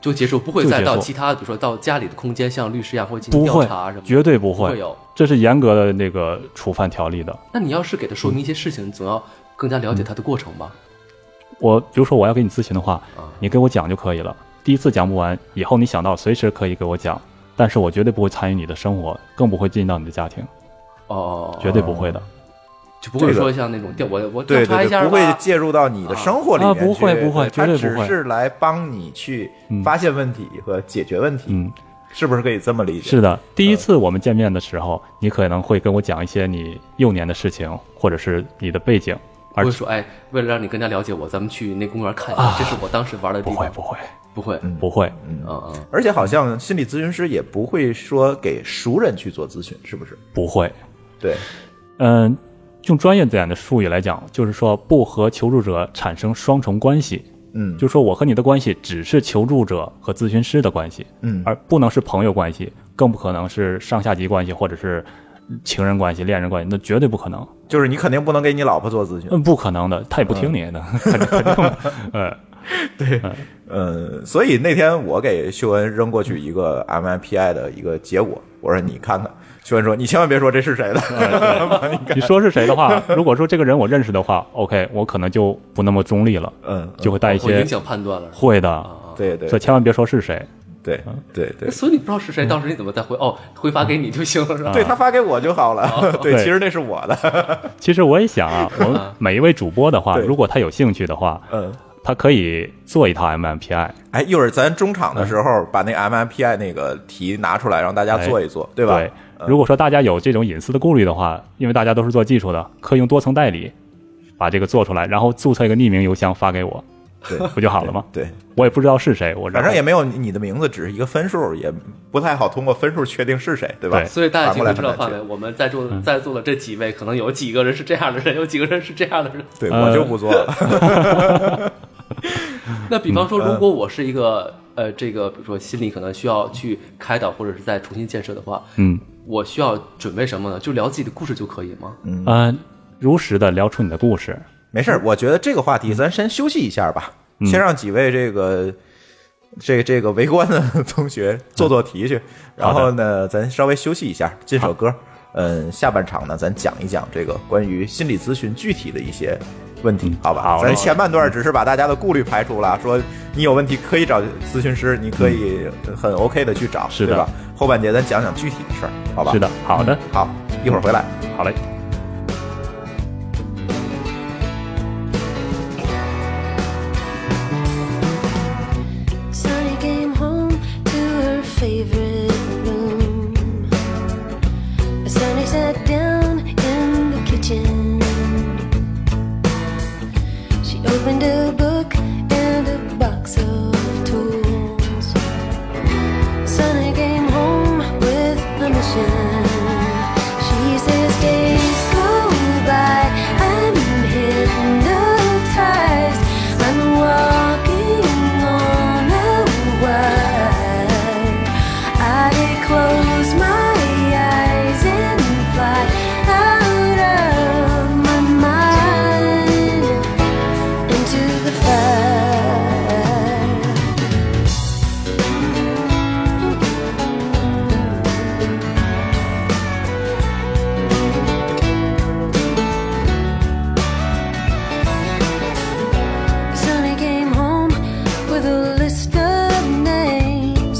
Speaker 4: 就结束，不会
Speaker 5: 就
Speaker 4: 再
Speaker 5: 结
Speaker 4: 到
Speaker 5: 束
Speaker 4: 其他，比如说到家里的空间，像律师一样会进行
Speaker 5: 不
Speaker 4: 调
Speaker 5: 会
Speaker 4: 查什么，的，
Speaker 5: 绝对不
Speaker 4: 不
Speaker 5: 会
Speaker 4: 会有。
Speaker 5: 这是严格的那个处犯条例的。
Speaker 4: 那你要是给他说明一些事情，你总要更加了解他的过程吧？
Speaker 5: 我比如说我要给你咨询的话
Speaker 4: 啊，
Speaker 5: 你给我讲就可以了。第一次讲不完，以后你想到随时可以给我讲，但是我绝对不会参与你的生活，更不会进到你的家庭，
Speaker 4: 哦，
Speaker 5: 绝对不会的。
Speaker 4: 就不会
Speaker 3: 这个
Speaker 4: 说像那种调我我调
Speaker 3: 对
Speaker 4: 查
Speaker 3: 对
Speaker 4: 一下吧
Speaker 3: 对，不会介入到你的生活里
Speaker 5: 啊
Speaker 3: 面
Speaker 5: 啊
Speaker 3: 去。
Speaker 5: 不会不会
Speaker 3: 对他
Speaker 5: 绝对不
Speaker 3: 只
Speaker 5: 会
Speaker 3: 是来帮你去
Speaker 5: 嗯
Speaker 3: 发现问题和解决问题，
Speaker 5: 嗯，
Speaker 3: 是不是可以这么理解？
Speaker 5: 是的，第一次我们见面的时候，你可能会跟我讲一些你幼年的事情，或者是你的背景，
Speaker 4: 不
Speaker 5: 而
Speaker 4: 会说哎，为了让你更加了解我，咱们去那公园看一下
Speaker 5: 啊，
Speaker 4: 这是我当时玩的地
Speaker 5: 不会
Speaker 4: 方，
Speaker 5: 不会
Speaker 4: 不会，嗯
Speaker 5: 不会，
Speaker 4: 嗯嗯，
Speaker 3: 而且好像心理咨询师也不会说给熟人去做咨询，是不是？
Speaker 5: 不会，
Speaker 3: 对，
Speaker 5: 嗯，用专业点的术语来讲，就是说不和求助者产生双重关系，
Speaker 3: 嗯，
Speaker 5: 就是说我和你的关系只是求助者和咨询师的关系，
Speaker 3: 嗯
Speaker 5: 而不能是朋友关系，更不可能是上下级关系或者是情人关系、恋人关系，那绝对不可能，
Speaker 3: 就是你肯定不能给你老婆做咨询，
Speaker 5: 嗯，不可能的，他也不听你的， [laughs] 肯定肯定，呃，
Speaker 3: 嗯，所以那天我给秀恩扔过去一个 MMPI 的一个结果，我说你看看，秀恩说你千万别说这是谁
Speaker 5: [laughs]
Speaker 3: 的，
Speaker 5: 啊你说是谁
Speaker 3: [laughs]
Speaker 5: 的话，如果说这个人我认识的话，OK，我可能就不那么中立了，
Speaker 3: 嗯，
Speaker 5: 就会带一
Speaker 4: 会
Speaker 5: 些
Speaker 4: 影响判断了。
Speaker 5: 会的，
Speaker 3: 对啊对
Speaker 5: 所以千啊万别说是谁，
Speaker 3: 对对对，
Speaker 4: 哎所以你不知道是谁，当时你怎么再回哦，回发给你就行了，是吧？
Speaker 3: 对他发给我就好了， [laughs] 对，
Speaker 5: 啊对
Speaker 3: 其实那是我的，
Speaker 5: 其实我也
Speaker 3: [laughs]
Speaker 5: 想啊，我们每一位主播的话，
Speaker 3: 对
Speaker 5: 如果他有兴趣的话，
Speaker 3: 嗯。
Speaker 5: 他可以做一套 MMPI，
Speaker 3: 哎，一会儿咱中场的
Speaker 5: 嗯
Speaker 3: 时候把那 MMPI 那个题拿出来，让大家做一做，对
Speaker 5: 哎对
Speaker 3: 吧？嗯
Speaker 5: 如果说大家有这种隐私的顾虑的话，因为大家都是做技术的，可以用多层代理把这个做出来，然后注册一个匿名邮箱发给我，
Speaker 3: 对
Speaker 5: [laughs] 不就好了吗？
Speaker 3: 对，
Speaker 5: 我也不知道是谁，我
Speaker 3: 反正也
Speaker 5: 然后
Speaker 3: 没有你的名字，只是一个分数，也不太好通过分数确定是谁，对吧？
Speaker 5: 对
Speaker 4: 所以大家已
Speaker 3: 反
Speaker 4: 经
Speaker 3: 过来
Speaker 4: 知道
Speaker 3: 很难
Speaker 4: 范
Speaker 3: 确
Speaker 4: 围，我们在座在座的这几位，可能有几个人是这样的人，有几个人是这样的人。
Speaker 3: 对
Speaker 5: 呃
Speaker 3: 我就不做了。
Speaker 4: 那比
Speaker 5: 嗯
Speaker 4: 方说，如果我是一个呃，这个比如说心理可能需要去开导或者是再重新建设的话，
Speaker 5: 嗯
Speaker 4: 我需要准备什么呢？就聊自己的故事就可以吗？
Speaker 5: 呃，如实的聊出你的故事，
Speaker 3: 没
Speaker 5: 嗯
Speaker 3: 事儿，我觉得这个话题咱先休息一下吧，先让几位这个这这个围观
Speaker 5: [laughs]
Speaker 3: 的同学做做题
Speaker 5: 嗯
Speaker 3: 去，然后呢，咱稍微休息一下，进首歌。嗯，下半场呢，咱讲一讲这个关于心理咨询具体的一些问题，好吧？
Speaker 5: 嗯好嘞
Speaker 3: 咱前半段只是把大家的顾虑排除了，说你有问题可以找咨询师，你可以很 OK 的去找，
Speaker 5: 嗯是的
Speaker 3: 对吧？后半节咱讲讲具体的事儿，好吧？嗯
Speaker 5: 是的，，好的，
Speaker 3: 好，一会儿回来。
Speaker 5: 好嘞。
Speaker 6: Sunny came home to her favorite room. Sunny sat down in the kitchen. She opened a book and a box of tools. Sunny came home with a mission. She says days go by, I'm hypnotized. I'm walking on a wire. I close my eyes and fly out of my mind into the fire. Sonny came home with a list of names.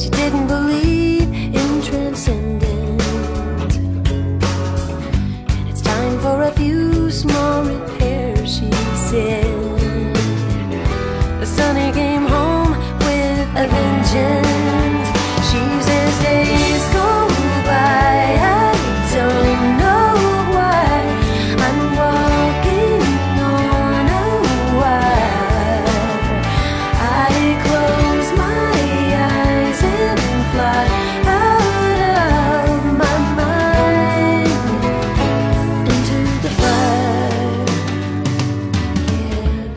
Speaker 6: She didn't believe in transcendence. And it's time for a few small repairs, she said. Sonny came home with a vengeance. She says days go by. I don't know why I'm walking on a wire. I close my eyes and fly out of my mind into the fire.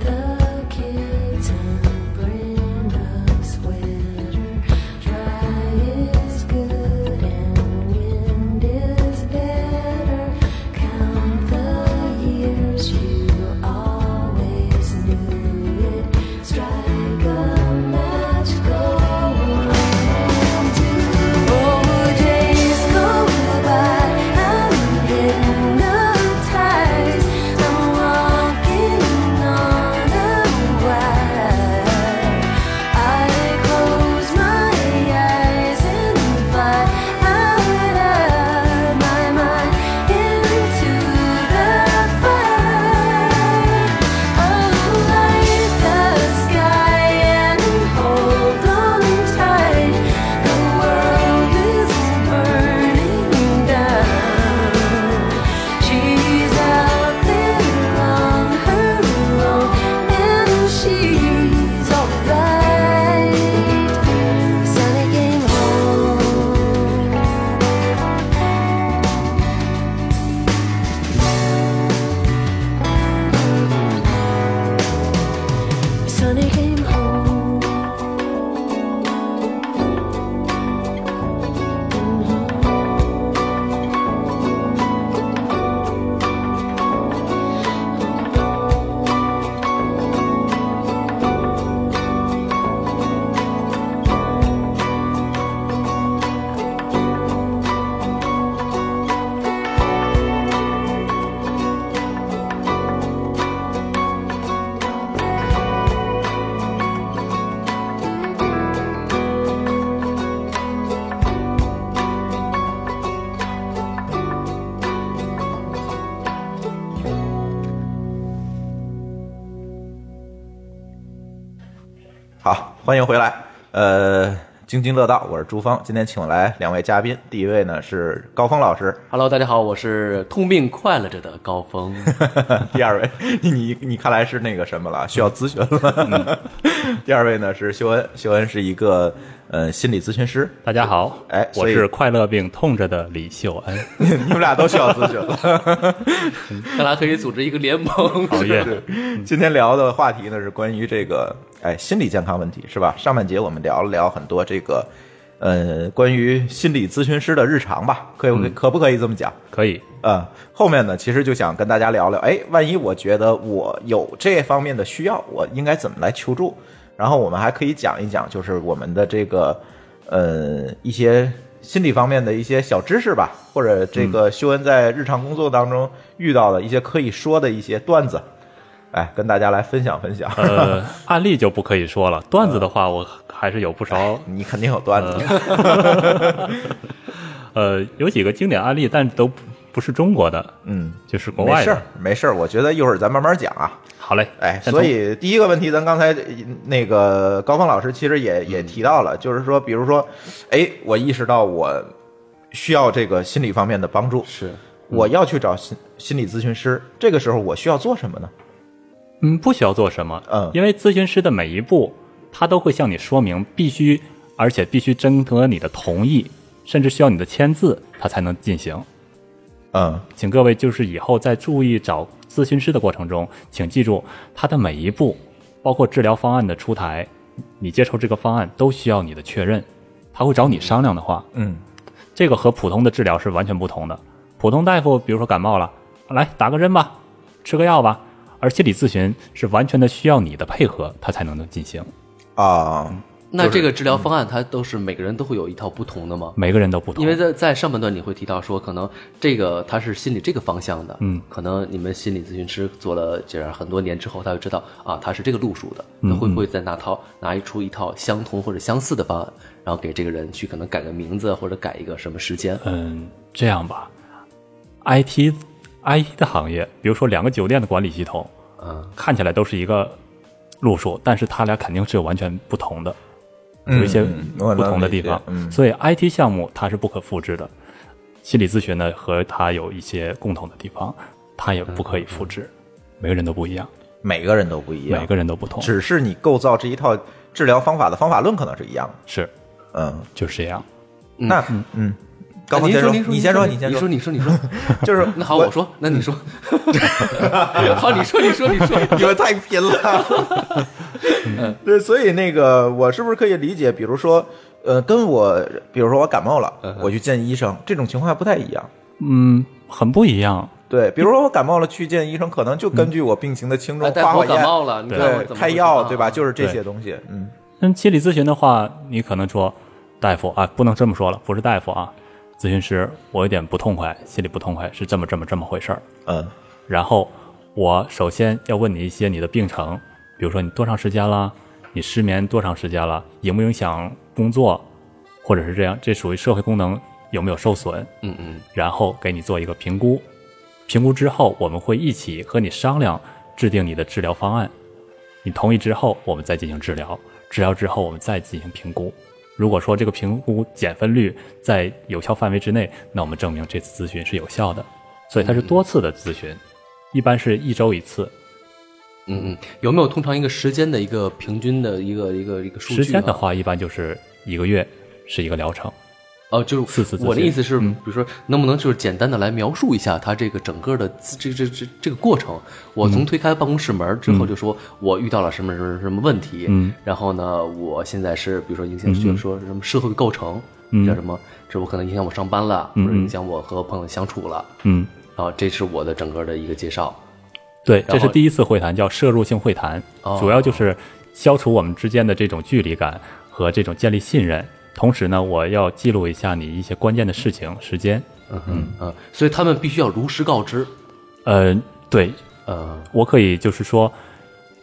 Speaker 6: Get the kids and bring a sweater. Dry is good and wind is better. Count the years you always knew it. Strike a match, go on Oh, days go by. I'm hypnotized. I'm walking on a wire. I close my eyes and fly out of my mind into the fire. Oh, light the sky and hold on tight. The world is burning down. She's out there on her own, and she's alright. Sunny came home. Sunny came home.
Speaker 3: 呃津津乐道，我是朱芳。今天请来两位嘉宾，第一位呢是高峰老师， [laughs]
Speaker 4: Hello，大家好，我是痛并快乐着的高峰。
Speaker 3: 第二位， [laughs] 你你你看来是那个什么了，需要咨询了。 [laughs] 第二位呢是修恩，修恩是一个呃心理咨询师， [laughs]
Speaker 5: 大家好，
Speaker 3: 哎
Speaker 5: 我
Speaker 3: 所以
Speaker 5: 是快乐病痛着的李秀恩。
Speaker 3: 你们俩都需要咨询了。
Speaker 4: 看来可以组织一个联盟。
Speaker 5: 讨厌，
Speaker 3: 今天聊的话题呢是关于这个哎心理健康问题，是吧？上半节我们聊了聊很多这个呃关于心理咨询师的日常吧，可以、可不可以这么讲？
Speaker 5: 可以，
Speaker 3: 嗯，后面呢，其实就想跟大家聊聊，哎，万一我觉得我有这方面的需要，我应该怎么来求助？然后我们还可以讲一讲，就是我们的这个呃一些心理方面的一些小知识吧，或者这
Speaker 5: 嗯
Speaker 3: 个修恩在日常工作当中遇到的一些可以说的一些段子，哎，跟大家来分享分享。 [laughs]
Speaker 5: 呃，案例就不可以说了，段子的话我还是有不
Speaker 3: [laughs]
Speaker 5: 少，
Speaker 3: 你肯定有段子，
Speaker 5: 嗯呃，有几个经典案例，但都不不是中国的，
Speaker 3: 嗯，
Speaker 5: 就是国
Speaker 3: 没
Speaker 5: 外
Speaker 3: 事儿
Speaker 5: 的。
Speaker 3: 没事儿，我觉得一会儿咱慢慢讲啊。
Speaker 5: 好嘞，
Speaker 3: 哎，
Speaker 5: 先
Speaker 3: 所
Speaker 5: 从
Speaker 3: 以第一个问题，咱刚才那个高峰老师其实也
Speaker 4: 嗯
Speaker 3: 也提到了，就是说，比如说，哎，我意识到我需要这个心理方面的帮助，
Speaker 4: 是，
Speaker 3: 我要去找心心理咨询师，这个时候我需要做什么呢？
Speaker 5: 嗯，不需要做什么，
Speaker 3: 嗯
Speaker 5: 因为咨询师的每一步，他都会向你说明，必须，而且必须征得你的同意，甚至需要你的签字，他才能进行。
Speaker 3: 嗯，
Speaker 5: 请各位就是以后在注意找咨询师的过程中，请记住他的每一步，包括治疗方案的出台，你接受这个方案都需要你的确认。他会找你商量的话，
Speaker 3: 嗯，
Speaker 5: 这个和普通的治疗是完全不同的。普通大夫比如说感冒了，来打个针吧，吃个药吧，而心理咨询是完全的需要你的配合，他才能进行。
Speaker 4: 嗯
Speaker 3: 啊，
Speaker 4: [laughs] 那这个治疗方案，它都是每个人都会有一套不同的吗？
Speaker 5: 每个人都不同，
Speaker 4: 因为在在上半段你会提到说，可能这个他是心理这个方向的，
Speaker 5: 嗯
Speaker 4: 可能你们心理咨询师做了这样很多年之后，他就知道啊，他是这个路数的，
Speaker 3: 嗯
Speaker 4: 那会不会再拿套拿一出一套相同或者相似的方案，然后给这个人去可能改个名字或者改一个什么时间？
Speaker 5: 嗯，这样吧，IT IT 的行业，比如说两个酒店的管理系统，
Speaker 4: 嗯，
Speaker 5: 看起来都是一个路数，但是它俩肯定是有完全不同的，有一些
Speaker 3: 嗯我能
Speaker 5: 不同的地方
Speaker 3: 理解。嗯
Speaker 5: 所以 IT 项目它是不可复制的，心理咨询呢和它有一些共同的地方，它也不可以复制。每个人都不一样，
Speaker 3: 每个人都嗯不一样，
Speaker 5: 每个人都不同，
Speaker 3: 只是你构造这一套治疗方法的方法论可能是一样
Speaker 5: 是
Speaker 3: 的，嗯，
Speaker 5: 就是这样。
Speaker 3: 那嗯，高
Speaker 4: 啊
Speaker 3: 峰
Speaker 4: 您
Speaker 3: 先
Speaker 4: 说，您
Speaker 3: 你
Speaker 4: 您
Speaker 3: 先
Speaker 4: 说，
Speaker 3: 你先
Speaker 4: 你，你说，你说，
Speaker 3: [laughs] 就是
Speaker 4: 那好，我，说，那你说，好，你说，你说，你说，
Speaker 3: [laughs] 你们太拼了。对，所以那个我是不是可以理解？比如说，呃，跟我，比如说我感冒了，我去见医生，这种情况还不太一样。
Speaker 5: 嗯，很不一样。
Speaker 3: 对，比如说我感冒了去见医生，可能就根据我病情的轻重
Speaker 4: 哎，
Speaker 3: 发
Speaker 4: 大夫
Speaker 3: 我
Speaker 4: 我感
Speaker 3: 药，
Speaker 4: 冒了，你看我
Speaker 3: 对，
Speaker 4: 怎么
Speaker 3: 开
Speaker 4: 回事
Speaker 3: 药，
Speaker 4: 啊
Speaker 3: 对吧？就是这些东西。嗯
Speaker 5: 那心理咨询的话，你可能说，大夫啊，不能这么说了，不是大夫啊，咨询师，我有点不痛快，心里不痛快，是这么这么这么回事儿。
Speaker 3: 嗯
Speaker 5: 然后我首先要问你一些你的病程，比如说你多长时间了，你失眠多长时间了，影不影响工作，或者是这样，这属于社会功能有没有受损，
Speaker 4: 嗯嗯，
Speaker 5: 然后给你做一个评估。评估之后，我们会一起和你商量，制定你的治疗方案。你同意之后，我们再进行治疗。治疗之后，我们再进行评估。如果说这个评估减分率在有效范围之内，那我们证明这次咨询是有效的。所以它是多次的咨询，一般是一周一次。
Speaker 4: 嗯嗯，有没有通常一个时间的一个平均的一个一个一个数据、啊？
Speaker 5: 时间的话，一般就是一个月是一个疗程。
Speaker 4: 哦，就是
Speaker 5: 四次自嗯
Speaker 4: 我的
Speaker 5: 信
Speaker 4: 意思是，比如说，能不能就是简单的来描述一下他这个整个的自这这这这个过程？我
Speaker 5: 嗯
Speaker 4: 从推开办公室门之后，就说我遇到了什么什么什么问题，
Speaker 5: 嗯
Speaker 4: 然后呢，我现在是比如说影响，就是说什么社会构成，
Speaker 5: 嗯
Speaker 4: 叫什么？这我可能影响我上班了，
Speaker 5: 嗯
Speaker 4: 或者影响我和朋友相处了，
Speaker 5: 嗯，
Speaker 4: 然后这是我的整个的一个介绍。
Speaker 5: 对，
Speaker 4: 然
Speaker 5: 这
Speaker 4: 后
Speaker 5: 是第一次会谈，叫摄入性会谈，
Speaker 4: 哦
Speaker 5: 主要就是消除我们之间的这种距离感和这种建立信任。同时呢，我要记录一下你一些关键的事情、时间。
Speaker 4: 嗯嗯嗯，所以他们必须要如实告知。
Speaker 5: 呃，对
Speaker 4: 呃，
Speaker 5: 我可以就是说，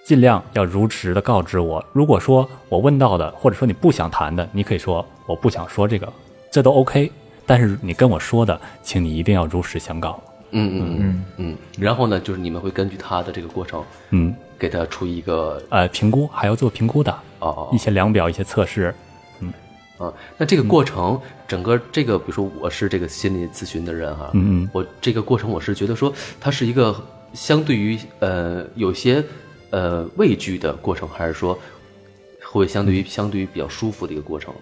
Speaker 5: 尽量要如实的告知我。如果说我问到的，或者说你不想谈的，你可以说我不想说这个，这都 OK。但是你跟我说的，请你一定要如实相告。
Speaker 4: 嗯嗯嗯嗯，然后呢，就是你们会根据他的这个过程，
Speaker 5: 嗯，
Speaker 4: 给他出一个
Speaker 5: 呃，评估还要做评估的，
Speaker 4: 哦哦哦
Speaker 5: 一些量表、一些测试，
Speaker 4: 啊，那这个过程，整个这个，比如说我是这个心理咨询的人哈，
Speaker 5: 嗯嗯
Speaker 4: 我这个过程我是觉得说，它是一个相对于呃有些呃畏惧的过程，还是说会相对于相对于比较舒服的一个过程？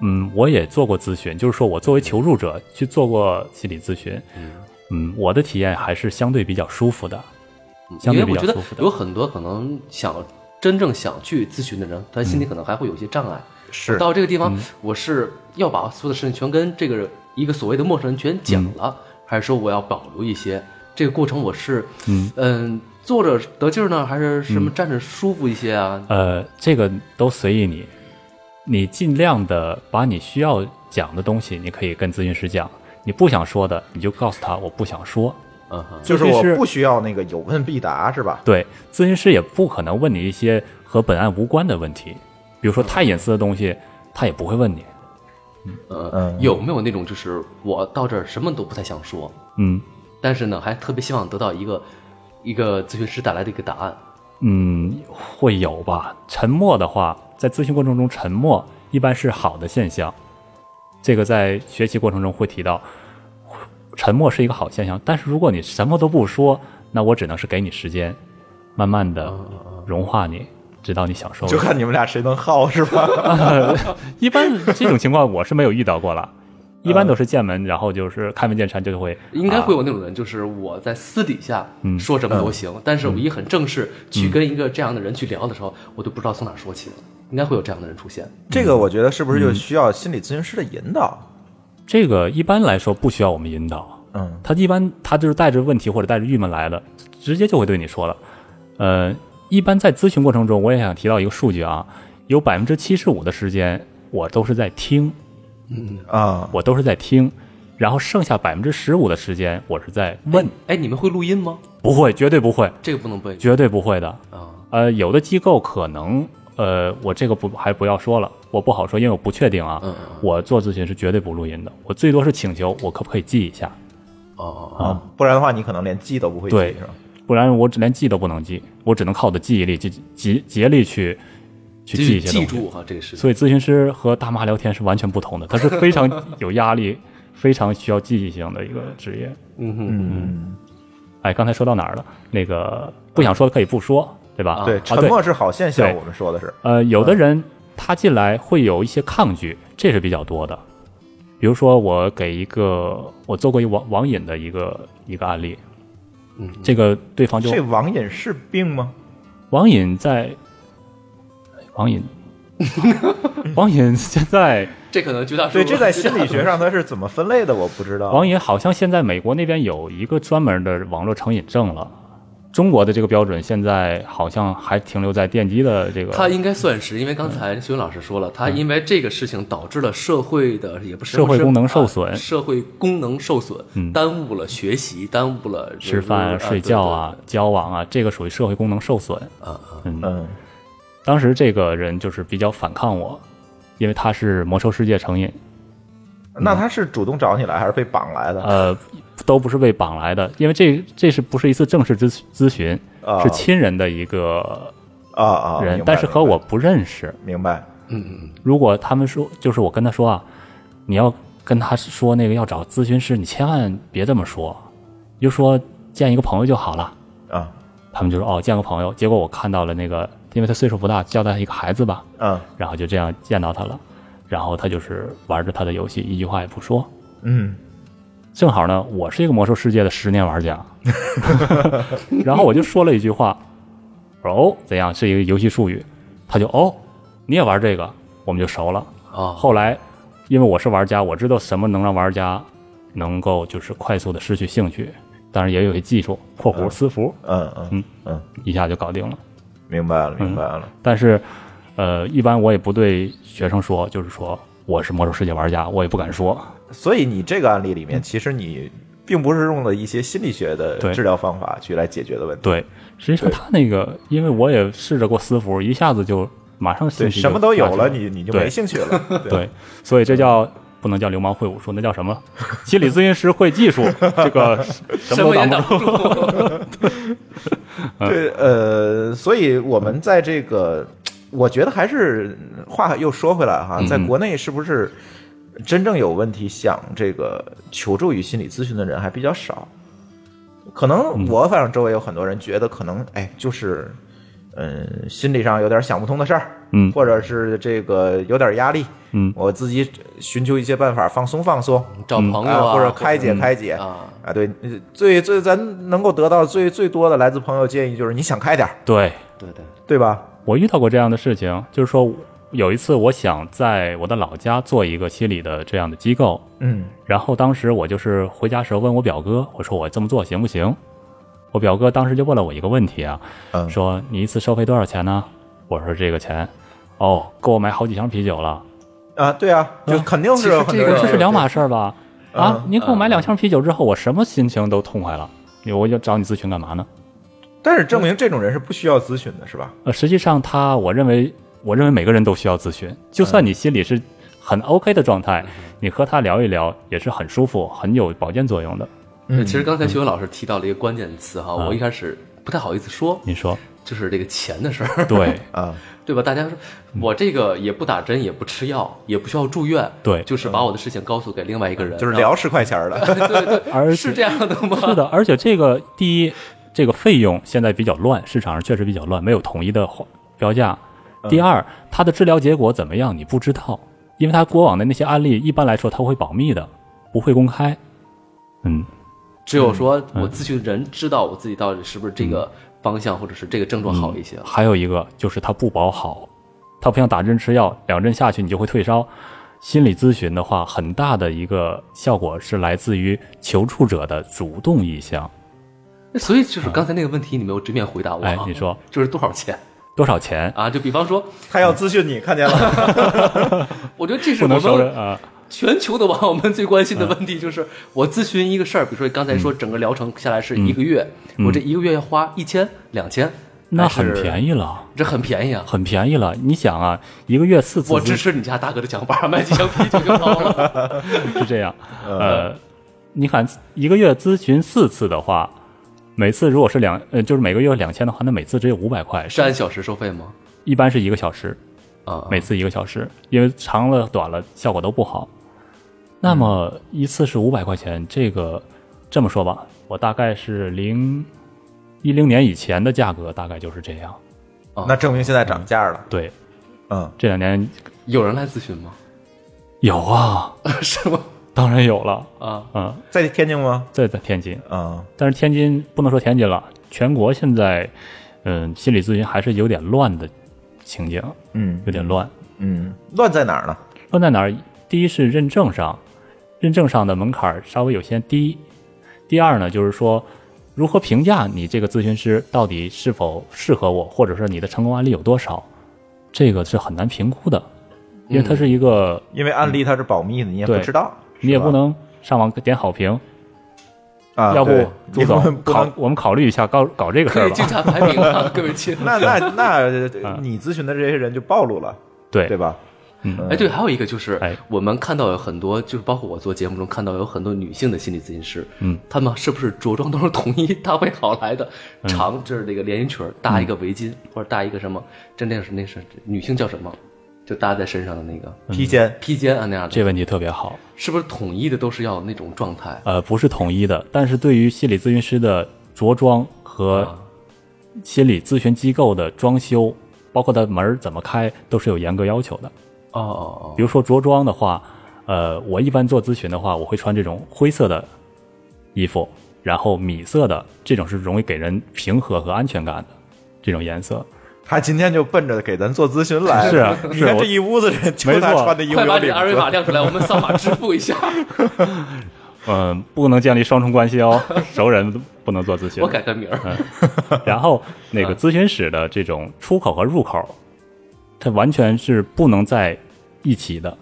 Speaker 5: 嗯，我也做过咨询，就是说我作为求助者去做过心理咨询，嗯，我的体验还是相对比较舒服的，相
Speaker 4: 嗯因
Speaker 5: 对
Speaker 4: 为
Speaker 5: 比
Speaker 4: 我
Speaker 5: 较
Speaker 4: 觉得
Speaker 5: 舒服的
Speaker 4: 有。很多可能想真正想去咨询的人，他
Speaker 5: 嗯
Speaker 4: 心里可能还会有一些障碍。
Speaker 3: 是
Speaker 4: 我到这个地方，我是要把所有的事情全跟这个一个所谓的陌生人全讲了，还是说我要保留一些？这个过程我是嗯坐着得劲儿呢，还是什么站着舒服一些啊？
Speaker 5: 呃，这个都随意你，你尽量的把你需要讲的东西，你可以跟咨询师讲；你不想说的，你就告诉他我不想说。
Speaker 4: 嗯哼，
Speaker 3: 就是
Speaker 5: 尤
Speaker 3: 我
Speaker 5: 其是
Speaker 3: 不需要那个有问必答，是吧？
Speaker 5: 对，咨询师也不可能问你一些和本案无关的问题，比如说太隐私的东西，他也不会问你。
Speaker 4: 呃
Speaker 3: 嗯，
Speaker 4: 有没有那种就是我到这儿什么都不太想说，
Speaker 5: 嗯
Speaker 4: 但是呢，还特别希望得到一个一个咨询师带来的一个答案？
Speaker 5: 嗯，会有吧？沉默的话，在咨询过程中沉默一般是好的现象，这个在学习过程中会提到，沉默是一个好现象。但是如果你什么都不说，那我只能是给你时间，慢慢的融化你，直到你享受。 [laughs]
Speaker 3: 就看你们俩谁能耗，是吧？
Speaker 5: 一般这种情况我是没有遇到过了， [laughs] 一般都是见门，然后就是开门见山就会，
Speaker 4: 应该
Speaker 5: 啊
Speaker 4: 会有那种人，就是我在私底下
Speaker 5: 嗯
Speaker 4: 说什么都行，但是我一很正式去跟一个这样的人去聊的时候，我就不知道从哪说起了。应该会有这样的人出现，
Speaker 3: 这个我觉得是不是就需要心理咨询师的引导？
Speaker 5: 这个一般来说不需要我们引导，
Speaker 3: 嗯，
Speaker 5: 他一般他就是带着问题或者带着郁闷来的，直接就会对你说了。呃，一般在咨询过程中，我也想提到一个数据啊，有百分之七十五的时间我都是在听，
Speaker 3: 啊，
Speaker 5: 我都是在听，然后剩下百分之十五的时间我是在问，
Speaker 4: 哎，你们会录音吗？
Speaker 5: 不会，绝对不会，
Speaker 4: 这个不能被
Speaker 5: 绝对不会的。
Speaker 4: 啊，
Speaker 5: 呃，有的机构可能，呃，我这个不还不要说了，我不好说，因为我不确定啊。
Speaker 4: 嗯嗯嗯
Speaker 5: 我做咨询是绝对不录音的，我最多是请求我可不可以记一下，
Speaker 4: 哦
Speaker 5: 啊
Speaker 4: 哦
Speaker 3: 不然的话你可能连记都不会记，
Speaker 5: 对
Speaker 3: 是吧？
Speaker 5: 不然我只连记都不能记，我只能靠我的记忆力去竭竭力去去
Speaker 4: 就
Speaker 5: 记一
Speaker 4: 是
Speaker 5: 些
Speaker 4: 记
Speaker 5: 东西。
Speaker 4: 住哈这个事情。
Speaker 5: 所以咨询师和大妈聊天是完全不同的，他是非常有压力、非常需要记忆性的一个职业。
Speaker 4: 嗯哼，
Speaker 3: 嗯，
Speaker 5: 哎，刚才说到哪儿了？那个不想说的可以不说，对吧？
Speaker 3: 对，
Speaker 5: 啊
Speaker 3: 沉默是好现象，
Speaker 5: 对
Speaker 3: 我们说的是，
Speaker 5: 呃，有的人他进来会有一些抗拒，这是比较多的。比如说，我给一个我做过一网网瘾的一个一个案例，
Speaker 4: 嗯，
Speaker 5: 这个对方就
Speaker 3: 这网瘾是病吗？
Speaker 5: 网瘾在网 [laughs] 瘾网瘾现在
Speaker 4: 这可能绝大多
Speaker 3: 对，
Speaker 4: 数
Speaker 3: 这在心理学上它是怎么分类的？我不知道。
Speaker 5: 网瘾好像现在美国那边有一个专门的网络成瘾症了。中国的这个标准现在好像还停留在电击的这
Speaker 4: [laughs]
Speaker 5: 个
Speaker 4: 他应该算是，因为刚
Speaker 5: 嗯
Speaker 4: 才徐云老师说了，他因为这个事情导致了社会的也不是
Speaker 5: 社会功能受
Speaker 4: 啊
Speaker 5: 损嗯
Speaker 4: 社会功能受损，耽误了学习，耽误了呃
Speaker 5: 吃饭、睡觉啊、交往啊，这个属于社会功能受损。
Speaker 4: 对对对啊啊
Speaker 5: 嗯，
Speaker 3: 嗯，
Speaker 5: 当时这个人就是比较反抗我，因为他是魔兽世界成瘾，
Speaker 3: 那他是主动找你来，还是被绑来的？
Speaker 5: 呃，都不是被绑来的，因为这这是不是一次正式咨咨询，
Speaker 3: 啊
Speaker 5: 是亲人的一个
Speaker 3: 啊啊，
Speaker 5: 人，
Speaker 3: 明白
Speaker 5: 但是和我不认识。
Speaker 3: 明白，
Speaker 5: 如果他们说，就是我跟他说啊，你要跟他说那个要找咨询师，你千万别这么说，你就说见一个朋友就好了。
Speaker 3: 明白啊，
Speaker 5: 他们就说哦，见个朋友。结果我看到了那个，因为他岁数不大，叫他一个孩子吧，
Speaker 3: 嗯
Speaker 5: 然后就这样见到他了，然后他就是玩着他的游戏，一句话也不说。
Speaker 3: 嗯，
Speaker 5: 正好呢，我是一个魔兽世界的十年玩家， [laughs] 然后我就说了一句话，我说哦，怎样是一个游戏术语，他就哦，你也玩这个，我们就熟了。
Speaker 4: 啊，
Speaker 5: 后来因为我是玩家，我知道什么能让玩家能够就是快速的失去兴趣，当然也有些技术（括弧私服
Speaker 3: 嗯嗯
Speaker 5: 嗯
Speaker 3: 嗯，）
Speaker 5: 一下就搞定了。
Speaker 3: 明白
Speaker 5: 嗯
Speaker 3: 了，明白了。
Speaker 5: 但是，呃，一般我也不对学生说，就是说我是魔兽世界玩家，我也不敢说。
Speaker 3: 所以你这个案例里面，其实你并不是用了一些心理学的
Speaker 5: 嗯对
Speaker 3: 治疗方法去来解决的问题。
Speaker 5: 对，实际上他那个，因为我也试着过私服，一下子就马上
Speaker 3: 对，
Speaker 5: 兴趣就
Speaker 3: 什么都有
Speaker 5: 下去
Speaker 3: 了，你嗯你就没
Speaker 5: 对
Speaker 3: 兴趣了。
Speaker 5: 对，所以这叫。不能叫流氓会武术，那叫什么？心理咨询师会
Speaker 3: [laughs]
Speaker 5: 技术，这个什么都挡不嗯住。 [laughs] 嗯
Speaker 3: 对，呃，所以我们在这个我觉得还是话又说回来哈，
Speaker 4: 嗯
Speaker 3: 在国内是不是真正有问题想这个求助于心理咨询的人还比较少？可
Speaker 5: 嗯
Speaker 3: 能我反正周围有很多人觉得，可能哎，就是嗯，心理上有点想不通的事儿，
Speaker 5: 嗯
Speaker 3: 或者是这个有点压力，
Speaker 5: 嗯
Speaker 3: 我自己寻求一些办法放松放松，
Speaker 4: 找朋友
Speaker 3: 啊，
Speaker 4: 啊，
Speaker 3: 或者开解开解
Speaker 4: 啊，
Speaker 3: 啊，对，呃最最咱能够得到最最多的来自朋友建议就是你想开点儿，
Speaker 5: 对
Speaker 4: 对对，
Speaker 3: 对吧？
Speaker 5: 我遇到过这样的事情，就是说有一次我想在我的老家做一个心理的这样的机构，
Speaker 3: 嗯
Speaker 5: 然后当时我就是回家时候问我表哥，我说我这么做行不行？我表哥当时就问了我一个问题啊，
Speaker 3: 嗯
Speaker 5: 说你一次收费多少钱呢？我说这个钱，哦，够我买好几箱啤酒了，
Speaker 3: 啊，对啊，就肯定是有很多
Speaker 4: 对
Speaker 5: 我
Speaker 3: 人
Speaker 5: 说
Speaker 4: 其实
Speaker 5: 是两码事儿吧？啊
Speaker 3: 嗯，
Speaker 5: 你给我买两箱啤酒之后，我什么心情都痛快了，你我就找你咨询干嘛呢？
Speaker 3: 但是证明这种人是不需要咨询的，是吧？
Speaker 5: 呃，实际上他，我认为，我认为每个人都需要咨询，就算你心里是很 OK 的状
Speaker 3: 嗯
Speaker 5: 态，你和他聊一聊也是很舒服、很有保健作用的。
Speaker 3: 嗯
Speaker 4: 其实刚才徐文老师提到了一个关键词哈，
Speaker 5: 嗯
Speaker 4: 我一开始不太好意思说，
Speaker 3: [laughs]
Speaker 5: 你说
Speaker 4: 就是这个钱的事儿，
Speaker 5: 对？
Speaker 3: 啊，
Speaker 4: 对吧？大家说
Speaker 5: 嗯
Speaker 4: 我这个也不打针，也不吃药，也不需要住院，
Speaker 5: 对
Speaker 4: 就是把我的事情告诉给另外一个人，啊
Speaker 3: 就是
Speaker 4: 然后
Speaker 3: 聊十块钱儿
Speaker 5: [laughs]
Speaker 3: 的，
Speaker 5: 而且
Speaker 4: 是这样的 [laughs] 吗？
Speaker 5: 是的，而且这个第一，这个费用现在比较乱，市场上确实比较乱，没有统一的划标价。第二，它的治疗结果怎么样你不知道，因为它过往的那些案例一般来说它会保密的，不会公开。嗯，嗯
Speaker 4: 只有说我咨询人知道我自己到底是不是这个方向，或者是这个症状好一些。
Speaker 5: 还有一个就是它不保好，它不像打针吃药，两针下去你就会退烧。心理咨询的话，很大的一个效果是来自于求助者的主动意向。
Speaker 4: 那所以就是刚才那个问题，你没有直面回答我啊。
Speaker 5: 嗯哎你说
Speaker 4: [laughs] 就是多少钱
Speaker 5: 多少钱？
Speaker 4: 啊？就比方说，
Speaker 3: 他要咨询你，看见了？
Speaker 4: 我觉得这是
Speaker 5: 不
Speaker 4: 我
Speaker 5: 能嗯收
Speaker 4: 们
Speaker 5: 人啊！
Speaker 4: 全球的网友们最关心的问题，就是我咨询一个事儿，比如说刚才
Speaker 5: 嗯
Speaker 4: 说整个疗程下来是一个月，我这一个月要花一千、两千，
Speaker 5: 那很便
Speaker 4: 宜，
Speaker 5: 宜了。
Speaker 4: 这很便宜啊！
Speaker 5: 很便宜了。你想啊，一个月四次，
Speaker 4: 我支持你家大哥的想法，买几箱啤酒就好了。
Speaker 5: 是这样。呃，你看一个月咨询四次的话，每次如果是两呃，就是每个月两千的话，那每次只有五百块，
Speaker 4: 是按小时收费吗？
Speaker 5: 一般是一个小时，
Speaker 4: 啊，
Speaker 5: 每次一个小时，因为长了短了效果都不好。那么一次是五百块钱，这个这么说吧，我大概是零一零年以前的价格，大概就是这样。
Speaker 3: [laughs] 那证明现在涨价了。
Speaker 5: 对，
Speaker 3: 嗯，
Speaker 5: 这两年
Speaker 4: 有人来咨询吗？ [laughs]
Speaker 5: 有啊，
Speaker 4: 是吗？
Speaker 5: 当然有了，
Speaker 4: 啊，
Speaker 5: 嗯，
Speaker 3: 在天津吗？
Speaker 5: 在在天津，
Speaker 3: 啊，
Speaker 5: 但是天津不能说天津了，全国现在，嗯，心理咨询还是有点乱的情景，
Speaker 3: 嗯
Speaker 5: 有点乱。
Speaker 3: 嗯，乱在哪儿呢？
Speaker 5: 乱在哪儿？第一是认证上，认证上的门槛儿稍微有些低。第二呢，就是说如何评价你这个咨询师到底是否适合我，或者说你的成功案例有多少，这个是很难评估的，因为它是一个、
Speaker 3: 因为案例它是保密的，你也不
Speaker 5: 嗯对
Speaker 3: 知道，
Speaker 5: 你也
Speaker 3: 是吧
Speaker 5: 不能上网点好评，
Speaker 3: 啊，
Speaker 5: 要不
Speaker 3: 对
Speaker 5: 朱
Speaker 3: 你不能
Speaker 5: 总
Speaker 3: 不
Speaker 5: 考
Speaker 3: 能。
Speaker 5: 我们考虑一下搞搞这个事
Speaker 4: 可
Speaker 5: 儿
Speaker 4: 以
Speaker 5: 吧
Speaker 4: 竞。价排名啊，各位
Speaker 5: [laughs]
Speaker 4: 亲。
Speaker 3: 那那那，你咨询的这些人就暴露了，
Speaker 5: 啊对
Speaker 3: 对吧？嗯
Speaker 4: 哎，对，还有一个就是
Speaker 5: 哎，
Speaker 4: 我们看到有很多，就是包括我做节目中看到有很多女性的心理咨询师，
Speaker 5: 嗯，
Speaker 4: 她们是不是着装都是统一搭配好来的？
Speaker 5: 嗯
Speaker 4: 长就是那个连衣裙儿，搭一个围巾，或者搭一个什么，真那是那是女性叫什么？就搭在身上的那个
Speaker 3: 披肩，
Speaker 4: 披肩啊那样
Speaker 5: 嗯这
Speaker 4: 的，
Speaker 5: 问题特别好。
Speaker 4: 是不是统一的都是要那种状态？
Speaker 5: 呃，不是统一的，但是对于心理咨询师的着装和心理咨询机构的装修，包括它门儿怎么开，都是有严格要求的。
Speaker 4: 哦哦
Speaker 5: 比如说着装的话，呃，我一般做咨询的话，我会穿这种灰色的衣服，然后米色的这种是容易给人平和和安全感的这种颜色。
Speaker 3: 他今天就奔着给咱做咨询来了。
Speaker 5: [laughs] 是
Speaker 3: [laughs]
Speaker 5: 啊
Speaker 3: 你
Speaker 5: 是啊
Speaker 3: 看
Speaker 5: 我
Speaker 3: 这一屋子人，就
Speaker 5: 没
Speaker 3: 他
Speaker 5: 错
Speaker 3: 穿的衣
Speaker 4: 哦，快
Speaker 3: 服有
Speaker 4: 把你
Speaker 3: 领
Speaker 4: 的二维码
Speaker 3: 子。
Speaker 4: 亮出来，我们扫码支付一
Speaker 5: [laughs]
Speaker 4: 下。
Speaker 5: 嗯、不能建立双重关系哦，熟人不能做咨询。
Speaker 4: 我改个名儿，
Speaker 5: 嗯然后那
Speaker 4: 嗯
Speaker 5: 个咨询室的这种出口和入口，它完全是不能在一起的。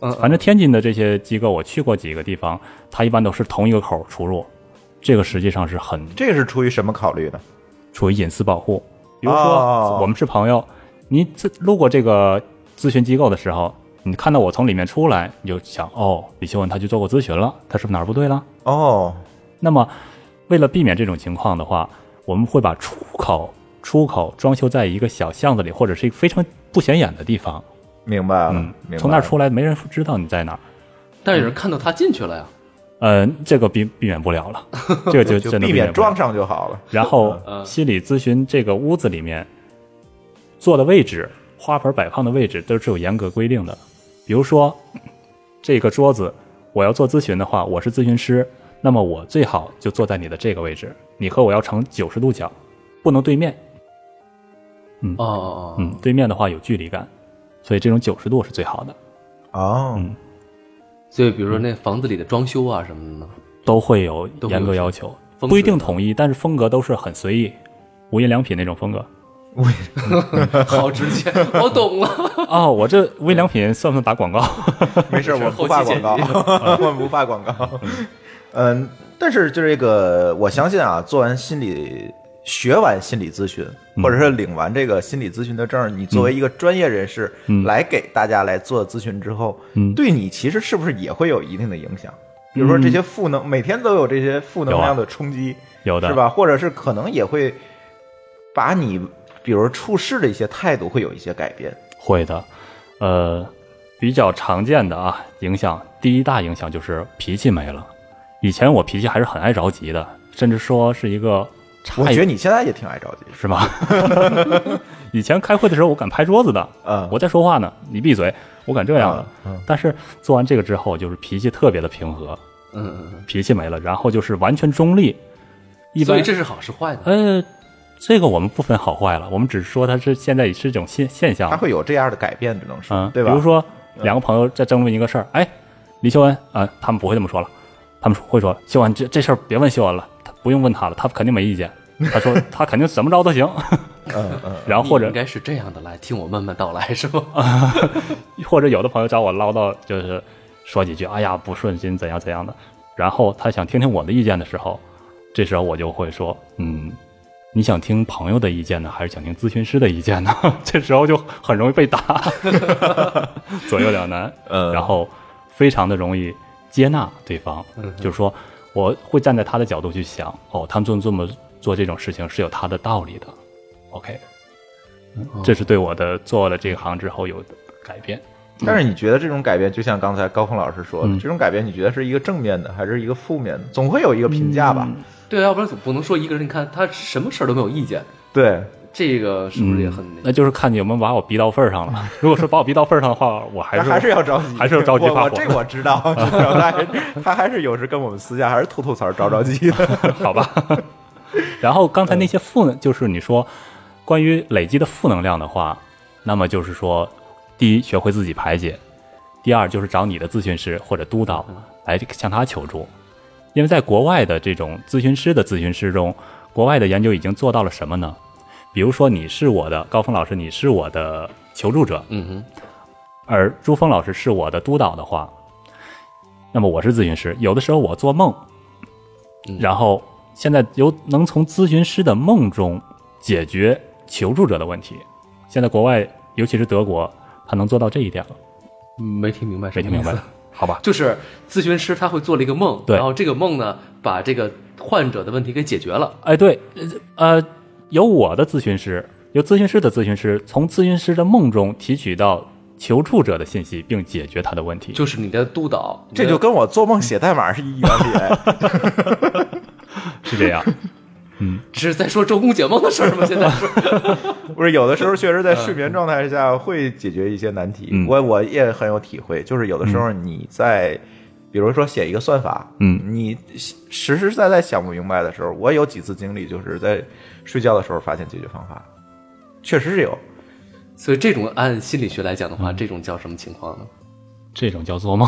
Speaker 4: 嗯
Speaker 5: 反正天津的这些机构，我去过几个地方，它一般都是同一个口出入，这个实际上是很
Speaker 3: 这个是出于什么考虑呢？
Speaker 5: 处于隐私保护。比如
Speaker 3: 哦
Speaker 5: 说，我们是朋友，你自路过这个咨询机构的时候，你看到我从里面出来，你就想，哦，李秀文他去做过咨询了，他是不是哪儿不对了？
Speaker 3: 哦，
Speaker 5: 那么，为了避免这种情况的话，我们会把出口、出口装修在一个小巷子里，或者是一个非常不显眼的地方，
Speaker 3: 明白了，
Speaker 5: 嗯
Speaker 3: 明白，了
Speaker 5: 从那儿出来没人知道你在哪儿，
Speaker 4: 但是有人看到他进去了呀。
Speaker 5: 呃，这个避避免不了了，这个就
Speaker 3: 就
Speaker 5: 真的
Speaker 3: 避
Speaker 5: 免
Speaker 3: 免
Speaker 5: 不了
Speaker 3: 撞上就好了。
Speaker 5: 然后
Speaker 4: 嗯
Speaker 5: 心理咨询这个屋子里面坐的位置、花盆摆放的位置都是有严格规定的。比如说，这个桌子我要做咨询的话，我是咨询师，那么我最好就坐在你的这个位置，你和我要成九十度角，不能对面。
Speaker 4: 哦哦哦，
Speaker 5: 嗯，对面的话有距离感，所以这种九十度是最好的，
Speaker 3: 哦，
Speaker 4: 所以比如说那房子里的装修啊什么的呢，
Speaker 5: 都会有
Speaker 4: 都会有
Speaker 5: 严格要求，
Speaker 4: 风水
Speaker 5: 不一定统一，但是风格都是很随意，无印良品那种风格。
Speaker 4: 好直
Speaker 5: [laughs]
Speaker 4: 接，我懂了。
Speaker 5: 哦，我这无印良品算不算打广告？
Speaker 3: [laughs] 没事，我们不怕广
Speaker 4: 后
Speaker 3: 告，
Speaker 4: 期剪
Speaker 3: [laughs] 我们不怕广告。嗯，但是就这个，我相信啊，做完心理学完心理咨询，或者是领完这个心理咨询的证儿，你作为一个专业人士来给大家来做咨询之后，对你其实是不是也会有一定的影响？比如说这些负能，每天都有这些负能量的冲击，
Speaker 5: 有的
Speaker 3: 是吧？或者是可能也会把你，比如处事的一些态度会有一些改变。
Speaker 5: 会的，呃，比较常见的啊影响，第一大影响就是脾气没了。以前我脾气还是很爱着急的，甚至说是一个差
Speaker 3: 我觉得
Speaker 5: 一
Speaker 3: 你现在也挺爱着急，
Speaker 5: 是吧？ [laughs] 以前开会的时候我敢拍桌子的，
Speaker 3: 嗯
Speaker 5: 我在说话呢，你闭嘴，我敢这样的。但是做完这个之后，就是脾气特别的平和，
Speaker 4: 嗯嗯嗯，
Speaker 5: 脾气没了，然后就是完全中立。一
Speaker 4: 所
Speaker 5: 般
Speaker 4: 以这是好是坏呢？
Speaker 5: 呃，这个我们不分好坏了，我们只是说它是现在也是一种现现象
Speaker 3: 他。
Speaker 5: 啊
Speaker 3: 会有这样的改变，只能是、
Speaker 5: 嗯，
Speaker 3: 对吧？
Speaker 5: 比如说两个朋友在争论一个事儿，哎，李秀恩啊、他们不会这么说了，他们会说秀恩这这事儿别问秀恩了，他不用问他了，他肯定没意见。他说他肯定怎么着都行， [laughs]
Speaker 3: 嗯嗯，
Speaker 5: 然呃后或
Speaker 4: 你
Speaker 5: 者啊
Speaker 4: 应该是这样的，来听我慢慢道来，是吧？
Speaker 5: 或者有的朋友找我唠叨，就是说几句哎呀不顺心怎样怎样的，然后他想听听我的意见的时候，这时候我就会说嗯。你想听朋友的意见呢，还是想听咨询师的意见呢？ [laughs] 这时候就很容易被打， [laughs] 左右两难。
Speaker 3: 嗯
Speaker 5: 然后非常的容易接纳对方，就是说我会站在他的角度去想，哦，他们做这么做这种事情是有他的道理的，OK，、嗯这是对我的做了这个行之后有的改变。
Speaker 3: 但是你觉得这种改变，就像刚才高峰老师说的，
Speaker 5: 嗯
Speaker 3: 这种改变你觉得是一个正面的，还是一个负面的？总会有一个评价吧？
Speaker 4: [laughs]
Speaker 5: 嗯
Speaker 4: 对啊，要不然总不能说一个人，你看他什么事儿都没有意见，
Speaker 3: 对，
Speaker 4: 这个是不是也很
Speaker 5: 嗯那就是看你有没有把我逼到份儿
Speaker 4: [laughs]
Speaker 5: 上了。如果说把我逼到份儿上的话，我还
Speaker 3: 他
Speaker 5: 是
Speaker 3: 还是要着急，
Speaker 5: 还是要着急
Speaker 3: 我
Speaker 5: 发
Speaker 3: 我
Speaker 5: 火
Speaker 3: 这个我知
Speaker 5: [laughs]
Speaker 3: 道，知道他还他还是有时跟我们私下还是吐吐槽着着急
Speaker 5: [laughs]
Speaker 3: 的。
Speaker 5: 好吧。然后刚才那些负能，就是你说关于累积的负能量的话，那么就是说，第一，学会自己排解；第二，就是找你的咨询师或者督导来向他求助，因为在国外的这种咨询师的咨询师中，国外的研究已经做到了什么呢？比如说，你是我的高峰老师，你是我的求助者，
Speaker 4: 嗯哼。
Speaker 5: 而朱峰老师是我的督导的话，那么我是咨询师，有的时候我做梦，然后现在有能从咨询师的梦中解决求助者的问题。现在国外，尤其是德国，他能做到这一点了，
Speaker 4: 没听明白，
Speaker 5: 呃谁听明白？好吧，
Speaker 4: 就是咨询师他会做了一个梦，
Speaker 5: 对
Speaker 4: 然后这个梦呢，把这个患者的问题给解决了。
Speaker 5: 哎，对，呃，有我的咨询师，有咨询师的咨询师，从咨询师的梦中提取到求助者的信息，并解决他的问题。
Speaker 4: 就是你的督导，
Speaker 3: 这
Speaker 4: 你的
Speaker 3: 就跟我做梦写代码是一原理。
Speaker 5: 是这样，
Speaker 4: 只是在说周公解梦的事儿吗？现在说
Speaker 3: 不是有的时候确实在睡眠状态下会解决一些难题，
Speaker 5: 嗯
Speaker 3: 我我也很有体会，就是有的时候你在。比如说写一个算法，
Speaker 5: 嗯
Speaker 3: 你实实在在想不明白的时候，我有几次经历就是在睡觉的时候发现解决方法，确实是有，
Speaker 4: 所以这种按心理学来讲的话，这种叫什么情况呢？
Speaker 5: 这种叫做梦。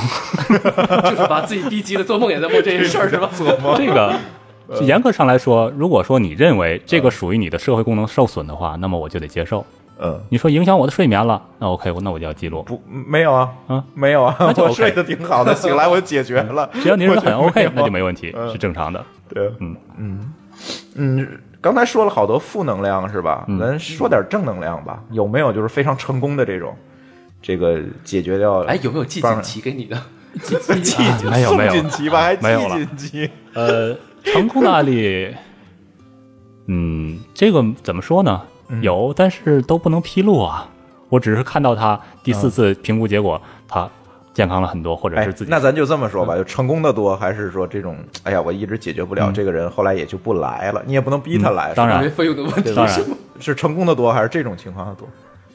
Speaker 4: 就是把自己逼急了，做梦也在梦这些事儿是吧？做梦
Speaker 5: 这个
Speaker 3: [laughs] 呃
Speaker 5: 是严格上来说，如果说你认为这
Speaker 3: 啊
Speaker 5: 个属于你的社会功能受损的话，那么我就得接受。
Speaker 3: 嗯，
Speaker 5: 你说影响我的睡眠了，那 OK，那我就要记录。
Speaker 3: 不没有啊，
Speaker 5: 啊
Speaker 3: 没有啊，
Speaker 5: 那就
Speaker 3: 我
Speaker 5: OK
Speaker 3: 睡得挺好的，醒来我解决了，
Speaker 5: 只要你认为很
Speaker 3: 我觉
Speaker 5: OK，
Speaker 3: 得
Speaker 5: 那就没问题，
Speaker 3: 嗯
Speaker 5: 是正常的。
Speaker 3: 对，
Speaker 5: 嗯
Speaker 3: 嗯嗯，刚才说了好多负能量是吧？
Speaker 5: 嗯
Speaker 3: 咱说点正能量吧，有没有就是非常成功的这种，这个解决掉？ [laughs]
Speaker 4: 哎，有没有季
Speaker 3: 帮
Speaker 4: 锦
Speaker 3: 人
Speaker 4: 旗给你的？
Speaker 3: 季
Speaker 5: 啊没有没有
Speaker 3: 锦旗吧，还
Speaker 5: 没有
Speaker 3: 季
Speaker 5: 了
Speaker 3: 锦旗， [laughs]
Speaker 5: 呃，成功的案例，嗯，这个怎么说呢？
Speaker 3: 嗯
Speaker 5: 有，但是都不能披露啊。我只是看到他第四次评估结果，他健康了很多，或
Speaker 3: 嗯
Speaker 5: 者
Speaker 3: 哎
Speaker 5: 是自，己嗯
Speaker 3: 那咱就这么说吧，就成功的多，还是说这种，哎呀，我一直解决不了，这个人后来也就不来了，你也不能逼他来，
Speaker 5: 嗯当然
Speaker 4: 因为费用的问题
Speaker 5: 当然
Speaker 4: 是吗？
Speaker 3: 是成功的多，还是这种情况的多？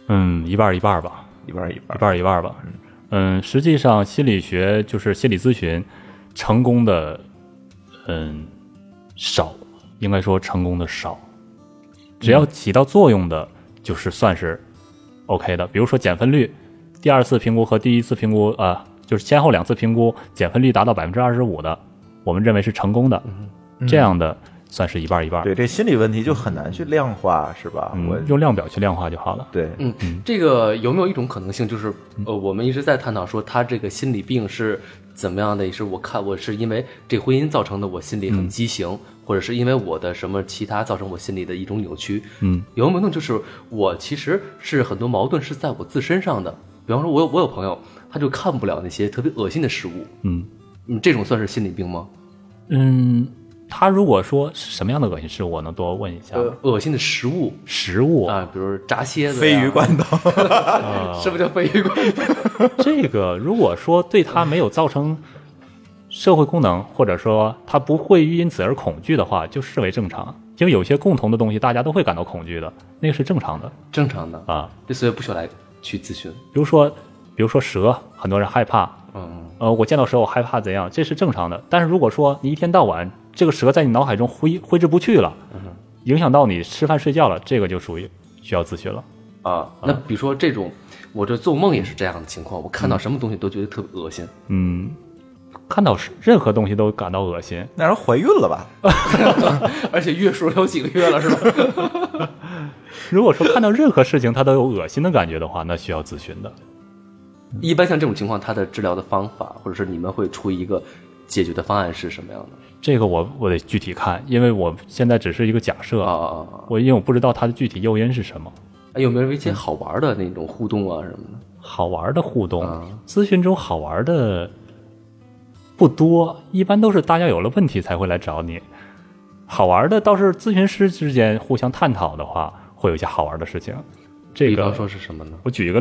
Speaker 5: 嗯一半儿一半儿吧，
Speaker 3: 一半儿一半儿。
Speaker 5: 一半儿一半儿吧。嗯，实际上心理学就是心理咨询成功的，嗯少，应该说成功的少。只
Speaker 3: 嗯
Speaker 5: 要起到作用的，就是算是 OK 的。比如说减分率，第二次评估和第一次评估啊、呃就是先后两次评估，减分率达到百分之二十五的，我们认为是成功的，这样的算是一半儿一半儿。
Speaker 3: 嗯对，这心理问题就很难去量化，是吧？我
Speaker 5: 嗯，用量表去量化就好了。
Speaker 3: 对，
Speaker 4: 嗯，这个有没有一种可能性，就是呃，我们一直在探讨说他这个心理病是怎么样的？也是我看我是因为这婚姻造成的，我心里很畸形，或者是因为我的什么其他造成我心里的一种扭曲。
Speaker 5: 嗯，
Speaker 4: 有没有那种就是我其实是很多矛盾是在我自身上的？比方说，我有我有朋友，他就看不了那些特别恶心的事物。
Speaker 5: 嗯
Speaker 4: 嗯，这种算是心理病吗？
Speaker 5: 嗯，他如果说是什么样的恶心事，我能多问一下吗？
Speaker 4: 呃，恶心的食物
Speaker 5: 食物，
Speaker 4: 啊，比如炸蝎子、啊
Speaker 3: 鲱鱼罐，头，
Speaker 4: [laughs] 是不是叫鲱鱼罐头？
Speaker 5: 这个如果说对他没有造成社会功能，或者说他不会因此而恐惧的话，就视为正常。因为有些共同的东西，大家都会感到恐惧的，那个是正常的
Speaker 4: 正常的，
Speaker 5: 啊。
Speaker 4: 这所以不需要来去咨询。
Speaker 5: 比如说，比如说蛇，很多人害怕，
Speaker 4: 嗯，
Speaker 5: 呃，我见到蛇我害怕怎样，这是正常的。但是如果说你一天到晚这个蛇在你脑海中挥挥之不去了，影响到你吃饭睡觉了，这个就属于需要咨询了。
Speaker 4: 啊，那比如说这种，我这做梦也是这样的情况，我看到什么东西都觉得特别恶心。
Speaker 5: 嗯，看到是任何东西都感到恶心，
Speaker 3: [laughs] 那人怀孕了吧？
Speaker 4: [laughs] 而且月数有几个月了，是吧？
Speaker 5: 如果说看到任何事情他都有恶心的感觉的话，那需要咨询的。
Speaker 4: [laughs] 一般像这种情况，它的治疗的方法，或者是你们会出一个解决的方案是什么样的？
Speaker 5: 这个我我得具体看，因为我现在只是一个假设，
Speaker 4: 啊啊啊啊！
Speaker 5: 我因为我不知道它的具体诱因是什么。
Speaker 4: 哎有没有一些好玩的那种互动啊什么的？
Speaker 5: 好玩的互动，
Speaker 4: 啊
Speaker 5: 咨询中好玩的不多，一般都是大家有了问题才会来找你。好玩的倒是咨询师之间互相探讨的话，会有一些好玩的事情。这
Speaker 4: 比方
Speaker 5: 个
Speaker 4: 说是什么呢？
Speaker 5: 我举一个